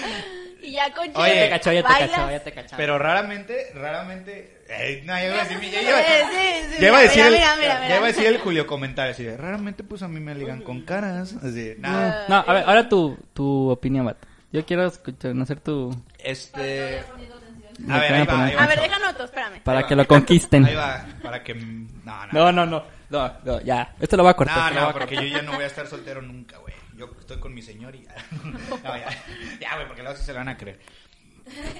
S3: y ya con cheve
S2: Oye,
S1: Ya te cachó, ya te
S3: bailas.
S1: cachó, ya te cachó.
S2: Pero raramente, raramente. eh, no, ya iba a decir mi- ya iba-
S3: Eh, sí, sí,
S2: Ya iba a
S3: mira,
S2: decir, el,
S3: mira, mira, mira,
S2: ya iba a
S3: mira.
S2: decir el Julio comentario así de, raramente pues a mí me ligan con caras, así,
S3: Ah.
S2: nada.
S1: No, a ver, ahora tu, tu opinión, Bat. Yo quiero escuchar, conocer tu...
S2: Este,
S5: poniendo atención.
S2: a ver, ahí va, ahí va.
S3: A ver, déjame otro, espérame.
S1: Para
S2: Ahí
S1: que
S2: va.
S1: lo conquisten.
S2: Ahí va, para que no, no.
S1: No, no, no. No, no, ya. Esto lo va a cortar.
S2: No,
S1: esto lo va
S2: no,
S1: a cortar.
S2: porque yo ya no voy a estar soltero nunca, güey. Yo estoy con mi señor y ya. [LAUGHS] No, ya, ya, güey, porque luego sí se lo van a creer.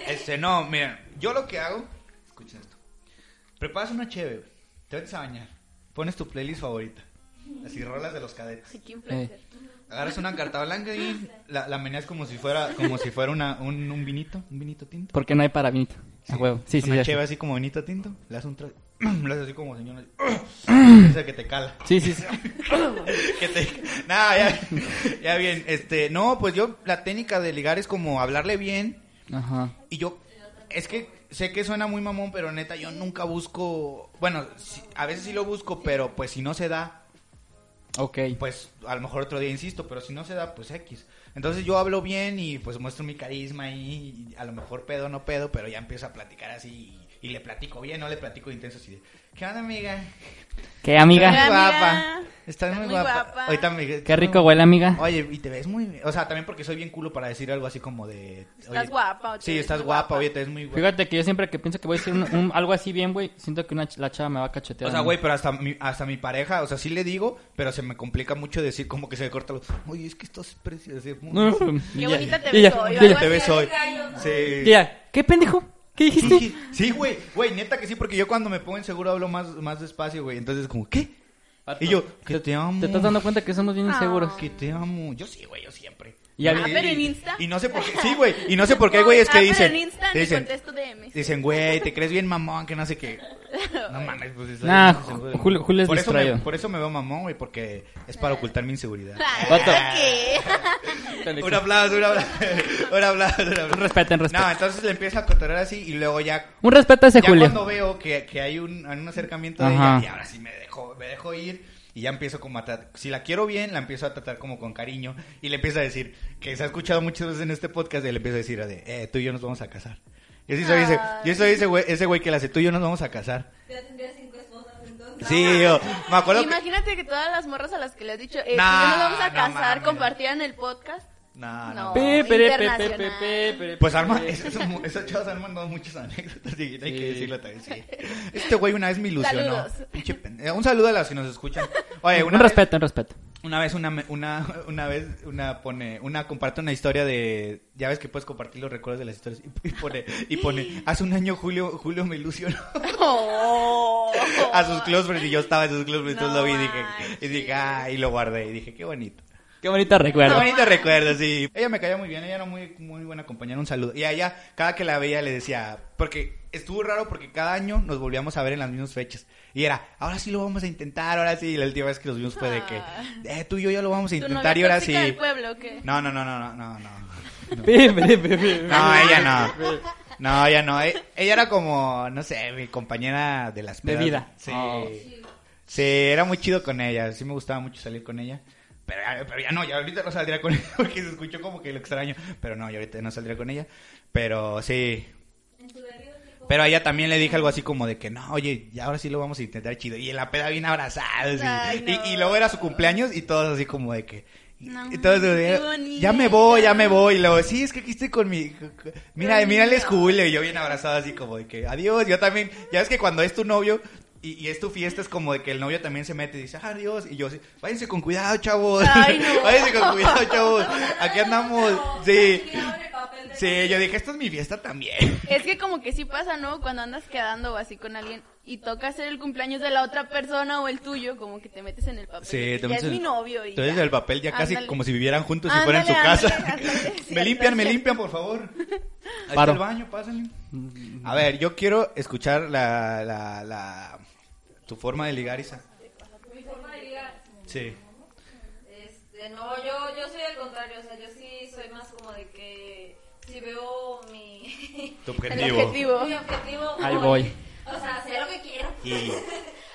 S2: Este, no, miren, yo lo que hago, escuchen esto. Preparas una cheve, güey. Te metes a bañar. Pones tu playlist favorita. Así rolas de los cadetes.
S3: Sí, qué
S1: Eh,
S3: influencer.
S2: Agarras una carta blanca y la, la meneas como si fuera, como si fuera una, un, un vinito, un vinito tinto.
S1: Porque no hay para mí. A huevo. Sí, sí,
S2: Una
S1: ya
S2: cheve
S1: sé.
S2: así como vinito tinto, le das un trago, [CLEARS THROAT] le haces así como señor, así, [CLEARS THROAT] esa que te cala.
S1: Sí, sí, sí.
S2: [LAUGHS] que te... Nada, ya, ya bien. Este, no, pues yo, la técnica de ligar es como hablarle bien
S1: Ajá.
S2: y yo, es que sé que suena muy mamón, pero neta, yo nunca busco, bueno, sí, a veces sí lo busco, pero pues si no se da,
S1: Ok.
S2: pues a lo mejor otro día insisto, pero si no se da, pues X. Entonces yo hablo bien y pues muestro mi carisma y, y a lo mejor pedo, no pedo, pero ya empiezo a platicar así y le platico bien, no le platico intenso así de, ¿qué onda, amiga?
S1: ¿Qué,
S2: Estás
S1: amiga?
S2: muy
S3: Amiga.
S2: guapa. Estás muy,
S3: muy
S2: guapa.
S3: guapa.
S2: Ahorita me dije,
S1: Qué rico huele, amiga.
S2: Oye, y te ves muy bien. O sea, también porque soy bien culo para decir algo así como de.
S3: Estás
S2: oye,
S3: guapa, o te
S2: Sí,
S3: ves
S2: estás
S3: muy
S2: guapa,
S3: guapa.
S2: oye, te ves muy guapa.
S1: Fíjate que yo siempre que pienso que voy a decir un- un- algo así bien, güey, siento que una ch- la chava me va a cachetear.
S2: O sea,
S1: a mí.
S2: güey, pero hasta mi, hasta mi pareja, o sea, sí le digo, pero se me complica mucho decir como que se me corta los. Oye, es que estás preciosa. así, muy-
S1: Y ya-
S3: bonita te
S1: y
S3: ves
S1: ya-
S3: hoy,
S1: y
S3: o algo
S1: ya-
S2: Te
S3: así.
S2: ves hoy.
S1: y
S2: Sí.
S1: ya, ¿Qué pendejo? ¿Qué dijiste?
S2: Sí, Sí, güey, güey, neta que sí, porque yo cuando me pongo inseguro hablo más, más despacio, güey. Entonces, como, ¿qué? Y yo, que te amo.
S1: Te estás dando cuenta que somos bien
S3: Ah.
S1: inseguros.
S2: Que te amo. Yo sí, güey, yo siempre.
S1: Y a-
S3: Ah, pero en Insta.
S2: Y no sé por qué, sí, güey. Y no sé por qué hay güeyes que
S3: Ah,
S2: dicen.
S3: Pero en Insta ni
S2: dicen,
S3: contesto DMs.
S2: dicen, güey, te crees bien mamón, que no sé qué. No
S3: [LAUGHS]
S2: mames, pues eso
S1: Nah,
S2: eso-
S1: Ju- Julio- Julio es
S2: por eso me-
S1: distraído.
S2: por eso me veo mamón, güey, porque es para ocultar mi
S3: [LAUGHS]
S2: inseguridad.
S1: Vato.
S3: ¿Qué?
S2: Un aplauso, un aplauso. un aplauso, un aplauso.
S1: Un respeto, un respeto.
S2: No, entonces le empieza a cotorrear así y luego ya.
S1: Un respeto a ese
S2: Ya
S1: Este Julio.
S2: cuando veo que, que hay un, un acercamiento
S1: Ajá.
S2: de ella, y ahora sí me dejo, me dejo ir. Y ya empiezo como a tratar, si la quiero bien, la empiezo a tratar como con cariño. Y le empiezo a decir, que se ha escuchado muchas veces en este podcast, y le empiezo a decir, de, eh, tú y yo nos vamos a casar. Yo sí soy ese, yo soy ese güey, ese güey que le hace, tú y yo nos vamos a casar.
S5: Ya tendría cinco esposas entonces. ah,
S2: Sí, yo, me acuerdo que...
S3: Imagínate que todas las morras a las que le has dicho, eh,
S2: Nah,
S3: si no nos vamos a
S2: no
S3: casar,
S2: mames.
S3: compartían el podcast.
S2: No,
S3: No.
S2: no.
S1: Pe, pere, pe, pe, pe,
S3: Internacional.
S1: pe, pere,
S2: Pues arma, [LAUGHS] esos, esos chavos han mandado muchas anécdotas y hay
S1: Sí.
S2: que decirlo también. sí. Este güey una vez me ilusionó.
S3: Saludos.
S2: Pinche pende- Un saludo a los que nos escuchan. Oye,
S1: Un
S2: eh, una vez,
S1: respeto, un respeto.
S2: una vez una, me- una, [LAUGHS] una vez una pone, una comparte una historia de, ya ves que puedes compartir los recuerdos de las historias y, y pone, y
S3: [GASPS]
S2: pone, hace un año Julio, Julio me
S3: [LAUGHS]
S2: ilusionó
S3: Oh.
S2: a sus close friends", y yo estaba en sus close friends, entonces
S3: No
S2: lo vi y dije, y
S3: manches.
S2: dije, ah, y lo guardé y dije, qué bonito.
S1: Qué bonito recuerdo.
S2: Qué bonito recuerdo, sí. Ella me caía muy bien, ella era muy, muy buena compañera, un saludo. Y a ella, cada que la veía le decía, porque estuvo raro porque cada año nos volvíamos a ver en las mismas fechas. Y era, ahora sí lo vamos a intentar, ahora sí. Y la última vez que los vimos fue de que, eh, tú y yo ya lo vamos a
S3: Ah. ¿Tu novia
S2: intentar y ahora sí.
S3: tóxica del pueblo o qué?
S2: No, no, no, no, no, no, no.
S1: [LAUGHS] Pe, pere, pe, pe.
S2: No, ella no. No, ella no. E- Ella era como, no sé, mi compañera de las
S1: De
S2: pedas.
S1: vida.
S2: Sí.
S1: Oh.
S2: Sí, era muy chido con ella. Sí me gustaba mucho salir con ella. Pero, ya- pero ya no, ya ahorita no saldría con [LAUGHS] ella porque se escuchó como que lo extraño. Pero no, yo ahorita no saldría con ella. Pero sí.
S5: En tu berrido, tipo,
S2: Pero a ella también le dije algo así como de que no, oye, ya ahora sí lo vamos a intentar chido. Y en la peda bien abrazados. Y,
S3: Ay, no.
S2: y- y luego era su cumpleaños y todos así como de que.
S3: No,
S2: y todos de-
S3: qué bonito.
S2: ya me voy, ya me voy. Y luego, sí, es que aquí estoy con mi. Mira,
S3: Ay,
S2: mira el
S3: no.
S2: escudo. Y yo bien abrazado, así como de que adiós. Yo también. Ya es que cuando es tu novio y, y es tu fiesta, es como de que el novio también se mete y dice adiós. Y yo así, váyanse con cuidado, chavos. [LAUGHS]
S3: Ay, no.
S2: váyanse con cuidado, chavos. Aquí andamos. Sí.
S5: aquí abre el papel de-
S2: Sí, yo dije, esta es mi fiesta también.
S3: Es que como que sí pasa, ¿no? Cuando andas quedando o así con alguien y toca hacer el cumpleaños de la otra persona o el tuyo, como que te metes en el papel.
S2: Sí,
S3: de que ya
S2: entonces-
S3: es mi novio. Y
S2: Entonces
S3: ya.
S2: el papel ya casi
S3: Ándale.
S2: como si vivieran juntos y fueran en su
S3: Ándale,
S2: casa.
S3: ándale, ándale,
S2: [LAUGHS]
S3: sí,
S2: me limpian, me
S3: ándale.
S2: limpian, por favor. Ahí está
S1: Paro.
S2: el baño, pásenle. A ver, yo quiero escuchar la, la, la- tu forma de ligar, Isa.
S5: Mi forma de ligar.
S2: Sí.
S5: Este, no, yo, yo soy al contrario, o sea, yo sí soy más como de que si veo mi, [LAUGHS]
S2: Tu
S3: El
S2: objetivo.
S3: objetivo.
S5: mi objetivo.
S1: Ahí voy.
S5: O sea, sé lo que quiero. [LAUGHS]
S2: Y,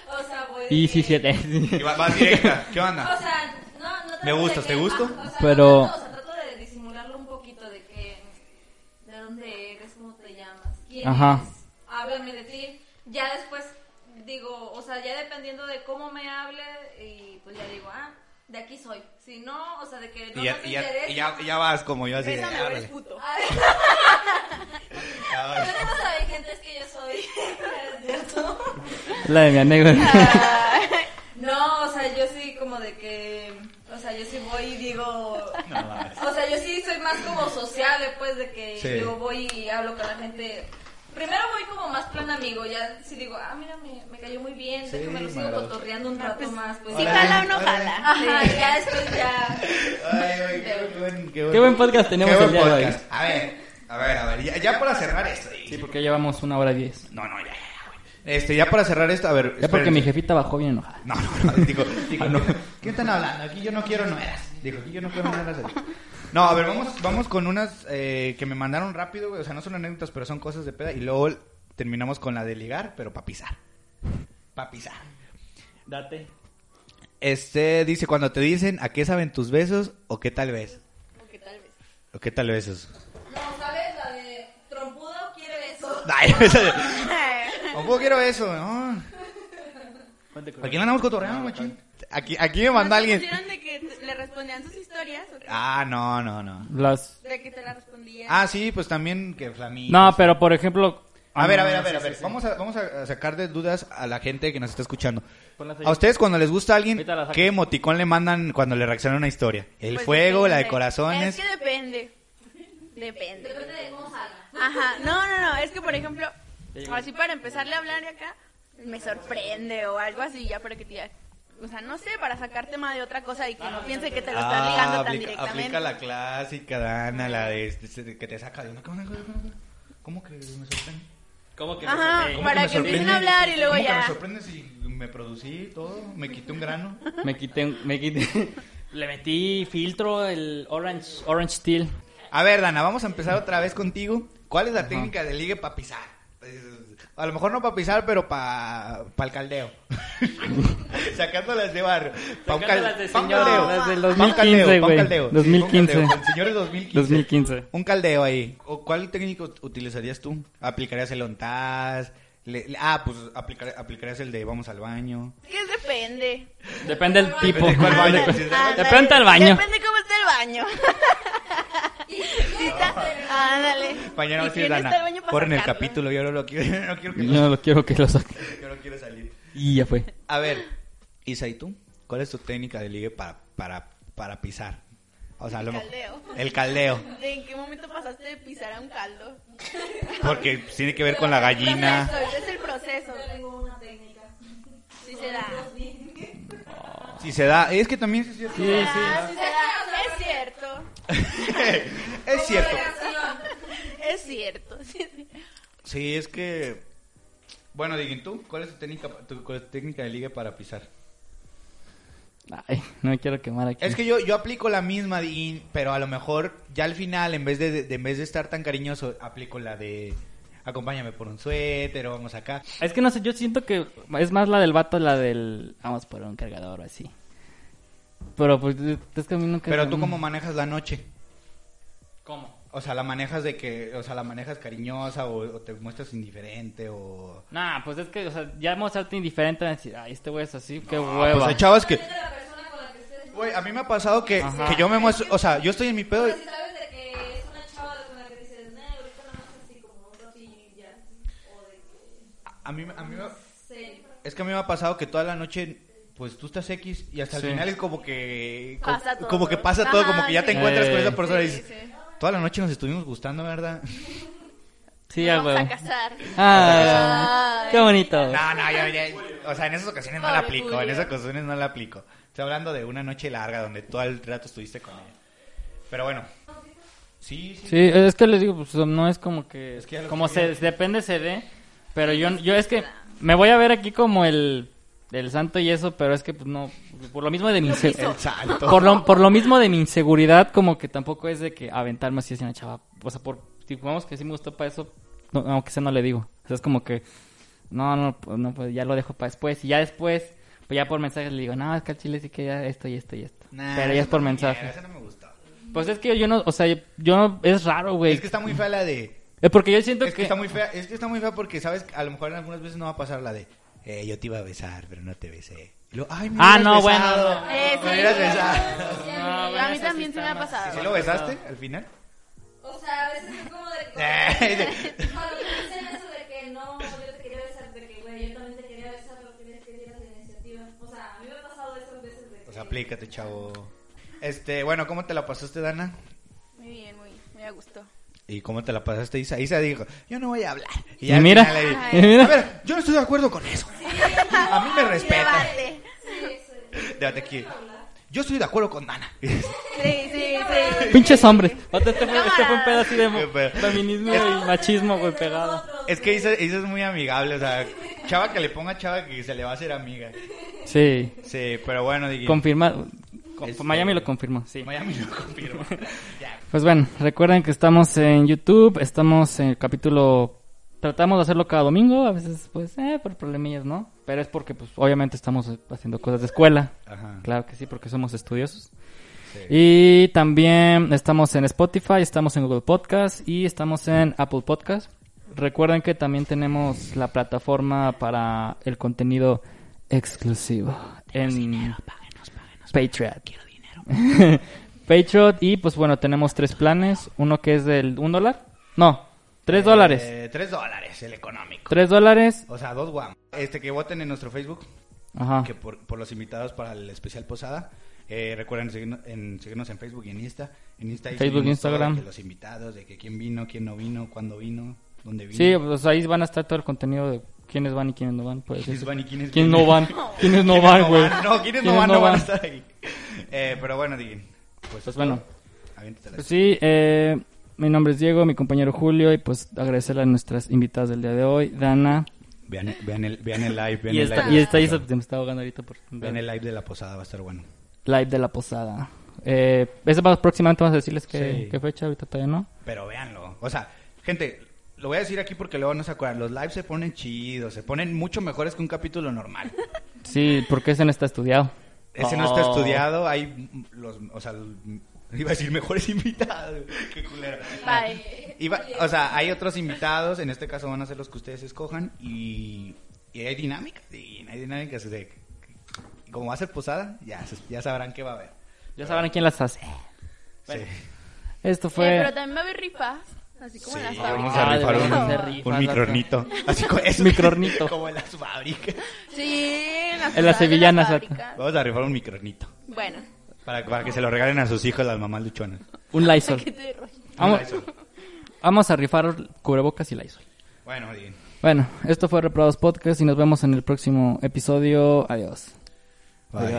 S5: O sea, voy. de
S1: Y sí, eh.
S5: que-
S1: siete.
S2: y va- vas directa. ¿Qué
S5: O
S2: onda?
S5: sea, no, no
S2: Me gustas,
S5: de
S2: ¿te
S5: que-
S2: gusto?
S5: ah, o sea,
S1: Pero-
S5: no trato, o sea, trato de disimularlo un poquito de que. de dónde eres, cómo te llamas, quién
S1: Ajá.
S5: eres, háblame de ti. Ya después digo, o sea, ya dependiendo de cómo me hable, y pues ya digo, ah, de aquí soy. Si no, o sea, de que no
S2: Y ya,
S5: nos
S2: y ya,
S5: interesa.
S2: y ya, y ya vas como yo así. de,
S3: Bésame o eres
S2: "Árale".
S3: puto.
S2: [LAUGHS]
S5: Yo no sabe, gente, es que yo soy. gracioso.
S1: La de mi anécdota.
S5: No, o sea, yo sí como de que, o sea, yo sí voy y digo, o sea, yo sí soy más como sociable, pues, de que
S2: Sí.
S5: yo voy y hablo con la gente. Primero voy como más plan amigo, ya si digo, ah, mira, me, me cayó muy bien,
S2: Sí,
S5: déjame lo sigo
S2: Maradona.
S5: cotorreando un rato más, pues.
S3: Si
S2: Órale,
S3: jala o no
S2: órale.
S3: jala.
S5: Ajá, ya después ya.
S2: Ay, güey, qué, buen, qué, buen,
S1: Qué buen podcast tenemos
S2: qué
S1: el
S2: buen
S1: día de hoy.
S2: podcast. A ver, a ver, a ver. Ya, ya para cerrar esto. y-
S1: Sí, porque llevamos una hora diez.
S2: No, no, ya. ya, güey. Este, ya para cerrar esto, a ver.
S1: Ya porque
S2: espérense.
S1: mi jefita bajó bien enojada.
S2: No, no, no, digo, [LAUGHS] digo, no. ¿Qué están hablando? Aquí yo no quiero nueras. Digo, aquí yo no quiero nueras. [LAUGHS] No, a ver, vamos, vamos con unas eh, que me mandaron rápido, güey. O sea, no son anécdotas, pero son cosas de peda. Y luego terminamos con la de ligar, pero pa' pisar. Pa' pisar.
S1: Date.
S2: Este dice, cuando te dicen a qué saben tus besos o qué tal vez.
S3: Porque tal vez.
S2: O qué tal besos. [LAUGHS]
S5: No, ¿sabes? La de trompudo quiere eso.
S2: Ay, esa de-
S3: Ay,
S2: [LAUGHS] Tampoco quiero eso, ¿no? Aquí no andamos cotorreando, machín. Aquí, aquí me manda alguien.
S3: pusieron de que te- le respondían sus historias? ¿O qué?
S2: Ah, no, no, no.
S1: Las...
S3: ¿De que te la respondían?
S2: Ah, sí, pues también que flamí.
S1: No, pero por ejemplo...
S2: A ver, a ver, a
S1: sí,
S2: ver, a
S1: sí,
S2: ver.
S1: sí.
S2: Vamos a, vamos a sacar de dudas a la gente que nos está escuchando.
S1: Ponlas ahí.
S2: A ustedes cuando les gusta a alguien,
S1: Ahorita la saco.
S2: ¿qué emoticón le mandan cuando le reaccionan a una historia? El
S3: Pues
S2: fuego, la de
S3: depende.
S2: corazones.
S3: Es que depende. Depende.
S5: Depende de cómo salga.
S3: Ajá. No, no, no. Es que, por ejemplo, así para empezarle a hablar acá, me sorprende o algo así, ya para que te diga. O sea, no sé, para sacar tema de otra cosa y que no piense que te lo estás ligando tan
S2: Ah, aplica,
S3: directamente.
S2: aplica la clásica, Dana, la de, de- que te saca de una. ¿Cómo, cómo, cómo? ¿Cómo que me sorprende?
S1: ¿Cómo que
S3: Ajá,
S2: ¿Cómo
S3: para
S2: me
S3: que, empiecen
S2: sorprende?
S3: a hablar y luego
S2: ¿Cómo
S3: ya.
S2: Que me sorprende si me producí todo, me quité un grano.
S1: Me quité... un- Me quité... [LAUGHS] Le metí filtro, el Orange, orange Steel.
S2: A ver, Dana, vamos a empezar otra vez contigo. ¿Cuál es la técnica de ligue para pisar? Pues, A lo mejor no para pisar, pero para el caldeo. [LAUGHS] Sacándolas de barrio. Pa' un cal-
S1: Sacándolas de
S2: pa' un
S1: señor,
S2: caldeo.
S1: las del
S2: Pa' un caldeo,
S1: 2015,
S2: pa' un
S1: güey.
S2: caldeo. Sí,
S1: 2015.
S2: pa' un caldeo. El señor es 2015.
S1: 2015.
S2: Un caldeo ahí. ¿O ¿Cuál técnico utilizarías tú? ¿Aplicarías el ontaz? Le- le- ah, pues aplicar- aplicarías el de vamos al baño.
S3: Es que depende.
S1: Depende del tipo.
S2: de cuál baño.
S1: Depende-
S2: Sí,
S3: Ándale.
S1: Depende del baño.
S3: Depende cómo esté el
S2: [LAUGHS]
S3: baño. [LAUGHS] Sí está- Ándale.
S2: Mañana
S3: ¿Y
S2: va a decir
S3: quién está
S2: Dana.
S3: el baño para
S2: Corren el
S3: sacarlo?
S2: capítulo, yo no lo quiero, [LAUGHS] no quiero que
S1: Yo no lo quiero que lo saque.
S2: yo no quiero salir.
S1: Y ya fue.
S2: A ver, Isa, ¿y tú? ¿Cuál es tu técnica de ligue para, para, para pisar? O sea, a lo mejor-
S3: caldeo.
S2: El caldeo.
S3: ¿En qué momento pasaste de pisar a un caldo?
S2: Porque tiene que ver con la
S3: [LAUGHS]
S2: gallina.
S3: Proceso, Es el proceso.
S5: Yo tengo una técnica.
S3: Sí se da.
S2: Si se da. Es que también es cierto.
S1: Sí,
S3: Ah, sí se da. Es cierto.
S2: [LAUGHS] es cierto.
S3: Es cierto. Sí, sí.
S2: Sí, es que. Bueno, digan tú, ¿cuál es tu técnica, tu, cuál es tu técnica de ligue para pisar?
S1: Ay, no me quiero quemar aquí.
S2: Es que yo, yo aplico la misma, Diguín, pero a lo mejor ya al final, en vez de, de- en vez de estar tan cariñoso, aplico la de acompáñame por un suéter o vamos acá.
S1: Es que no sé, yo siento que es más la del vato, la del vamos por un cargador o así. Pero pues es que a mí nunca.
S2: Pero tú cómo manejas la noche.
S1: ¿Cómo?
S2: O sea, la manejas de que, o sea, la manejas cariñosa o, o te muestras indiferente o...
S1: Nah, pues es que, o sea, ya mostrarte indiferente a decir, ay, este güey es así, qué
S2: Ah,
S1: hueva.
S2: Pues hay chavas que...
S5: Depende de la persona con la que estés.
S2: Güey, a mí me ha pasado que,
S1: Ajá.
S2: que yo me muestro, o sea, yo estoy en mi
S5: O
S2: pedo...
S5: sea,
S2: y-
S5: si sabes de que es una chava con la que dices, no, ahorita nada más así como un ratillo y ya. O de que
S2: A mí, a mí me-
S5: se...
S2: es que a mí me ha pasado que toda la noche, pues tú estás X y hasta
S1: Sí.
S2: el final es como que... co-
S3: Pasa todo.
S2: Como que pasa todo,
S3: Ajá,
S2: como que ya te
S1: sí.
S2: encuentras con
S1: Eh.
S2: esa persona y
S3: Sí,
S2: dices...
S3: sí.
S2: Toda la noche nos estuvimos gustando, ¿verdad?
S1: Sí,
S3: Nos
S1: a
S3: Vamos
S1: huevo.
S3: a casar.
S1: Ah,
S3: Ay.
S1: qué bonito.
S2: No, no, yo, ya- o sea, en esas ocasiones no la
S3: Pobre
S2: aplico, en
S3: Julio.
S2: esas ocasiones no la aplico. Estoy hablando de una noche larga donde todo el rato estuviste con ella. Pero bueno. Sí, sí.
S1: Sí, es que les digo, pues no es como que.
S2: Es que ya lo
S1: como se,
S2: quería.
S1: depende, se dé. Pero yo, yo es que me voy a ver aquí como el, el santo y eso, pero es que pues no. Por lo mismo de mi
S3: Lo
S1: inse- eh,
S3: quiso.
S2: El salto.
S1: por lo, por lo mismo de mi inseguridad, como que tampoco es de que aventarme así hacia una chava. O sea, por, si vamos que sí me gustó para eso, no, aunque sea no le digo. O sea, es como que, no, no, pues, no, pues ya lo dejo para después. Y ya después, pues ya por mensajes le digo, no, es que al chile sí que ya esto y esto y esto.
S2: Nah,
S1: Pero
S2: esa
S1: ya es por
S2: no me-
S1: mensaje.
S2: esa no me gustó.
S1: Pues es que yo no, o sea, yo no, es raro, güey.
S2: Es que está muy fea la de.
S1: Eh, Porque yo siento
S2: Es que
S1: que...
S2: está muy fea. Es que está muy fea porque, ¿sabes? A lo mejor algunas veces no va a pasar la de. Eh, yo te iba a besar, pero no te besé. Y luego, ay, me
S1: Ah,
S2: hubieras
S1: no, bueno,
S2: besado,
S1: no.
S3: Eh, sí.
S2: Me hubieras besado.
S1: No, bueno,
S3: a mí
S1: esa sí
S3: también se
S1: está
S3: me ha
S1: más-
S2: ¿Y
S3: pasado.
S2: si lo besaste al final?
S5: O sea, a veces es
S2: [LAUGHS]
S5: como de...
S2: Eh,
S5: Cuando me dicen eso de que no, yo te quería besar, de que güey, yo también te quería besar, pero querías que dieras la iniciativa. O sea, a mí me ha pasado esas veces de que...
S2: Pues aplícate, chavo. Este, bueno, ¿cómo te la pasaste, Dana?
S3: Muy bien, muy, muy a gusto.
S2: ¿Y cómo te la pasaste, Isa? Isa dijo, yo no voy a hablar.
S1: Y
S2: al
S1: mira,
S2: final le dije,
S1: y mira.
S2: A ver, yo no estoy de acuerdo con eso. A mí me respeta.
S3: Debate.
S5: Sí, sí.
S2: Debate aquí. Yo estoy de acuerdo con Dana. [LAUGHS]
S3: Sí, sí, sí.
S1: [LAUGHS] Pinches hombres. O sea, este, fue, este fue un pedo así de
S2: Qué pedo.
S1: feminismo y machismo, güey, pegado.
S2: Es que Isa, Isa es muy amigable, o sea, chava que le ponga chava que se le va a hacer amiga.
S1: Sí.
S2: Sí, pero bueno, dije,
S1: Confirma. con-
S2: Este-
S1: Miami lo confirmó, sí.
S2: Miami lo confirma. Ya.
S1: Pues bueno, recuerden que estamos en YouTube, estamos en el capítulo... Tratamos de hacerlo cada domingo, a veces pues, eh, por problemillas, ¿no? Pero es porque, pues, obviamente estamos haciendo cosas de escuela.
S2: Ajá.
S1: Claro que sí, porque somos estudiosos.
S2: Sí.
S1: Y también estamos en Spotify, estamos en Google Podcast y estamos en Apple Podcast. Recuerden que también tenemos la plataforma para el contenido exclusivo en Patreon. [LAUGHS] Patreon y pues bueno, tenemos tres planes. Uno que es del un dólar. No, tres dólares.
S2: Eh, tres dólares, el económico.
S1: Tres dólares.
S2: O sea, dos guam. Este, que voten en nuestro Facebook,
S1: Ajá.
S2: que por, por los invitados para el especial Posada. Eh, recuerden seguirnos en, seguirnos en Facebook y en Insta. En Insta ahí
S1: Facebook,
S2: subimos todo
S1: Instagram.
S2: de los invitados, de que quién vino, quién no vino, cuándo vino, dónde vino.
S1: Sí, pues ahí van a estar todo el contenido de quiénes van y quiénes no van. puede ser.
S2: ¿Quiénes van y quiénes
S1: ¿Quiénes
S2: vienen?
S1: pues, no
S2: [LAUGHS]
S1: van? ¿Quiénes no van, güey?
S2: No, quienes no van, no van a estar ahí. Eh, pero bueno, Digin. Pues,
S1: Pues bueno.
S2: aviéntatela.
S1: Pues sí, eh, mi nombre es Diego, mi compañero Julio, y pues agradecerle a nuestras invitadas del día de hoy, Dana.
S2: Vean, vean, el, vean el live, vean
S1: Y
S2: el
S1: está,
S2: live.
S1: y está, y está- se me está ahogando ahorita por
S2: Vean el live de la posada, va a estar bueno.
S1: live de la posada. Eh, ese va próximamente vamos a decirles qué,
S2: Sí.
S1: qué fecha, ahorita todavía no.
S2: Pero véanlo. O sea, gente, lo voy a decir aquí porque luego no se acuerdan. Los lives se ponen chidos, se ponen mucho mejores que un capítulo normal.
S1: Sí, porque ese no está estudiado.
S2: Ese no está
S1: Oh.
S2: estudiado, hay m- los, o sea, m- iba a decir mejores [LAUGHS] invitados. Qué culero.
S3: Bye.
S2: Iba- o sea, hay otros invitados, en este caso van a ser los que ustedes escojan y, y hay dinámicas, sí, hay dinámicas de como va a ser posada, ya, se- ya sabrán qué va a haber.
S1: Ya sabrán quién las hace.
S2: Sí.
S1: Esto
S3: Eh,
S1: fue...
S3: pero también va a haber rifas, así como en las
S2: Sí,
S3: fábricas.
S2: vamos a
S1: Ah,
S2: rifar
S1: deberíamos
S2: un,
S1: hacer rifas,
S2: un micronito. Así co- es-
S1: Micronito.
S2: Como en las fábricas.
S3: Sí, en las,
S1: En las
S3: posadas de
S1: sevillanas,
S3: las fábricas.
S2: Vamos a rifar un micronito.
S3: Bueno,
S2: Para, para que se lo regalen a sus hijos las mamás luchonas.
S1: Un
S3: [LAUGHS]
S1: Lysol.
S3: ¿qué te rollo?
S1: Vamos,
S2: Lysol.
S1: vamos a rifar cubrebocas y Lysol.
S2: Bueno, bien.
S1: Bueno, esto fue Reprobados Podcast y nos vemos en el próximo episodio. Adiós.
S2: Bye.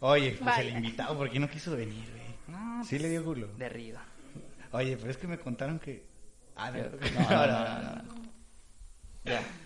S2: Oye, pues
S3: Vaya.
S2: el invitado, ¿por qué no quiso venir, güey? Sí le dio culo.
S1: Derrida.
S2: Oye, pero es que me contaron que... Ah, no.
S1: No, no, no, no, no.
S2: Ya.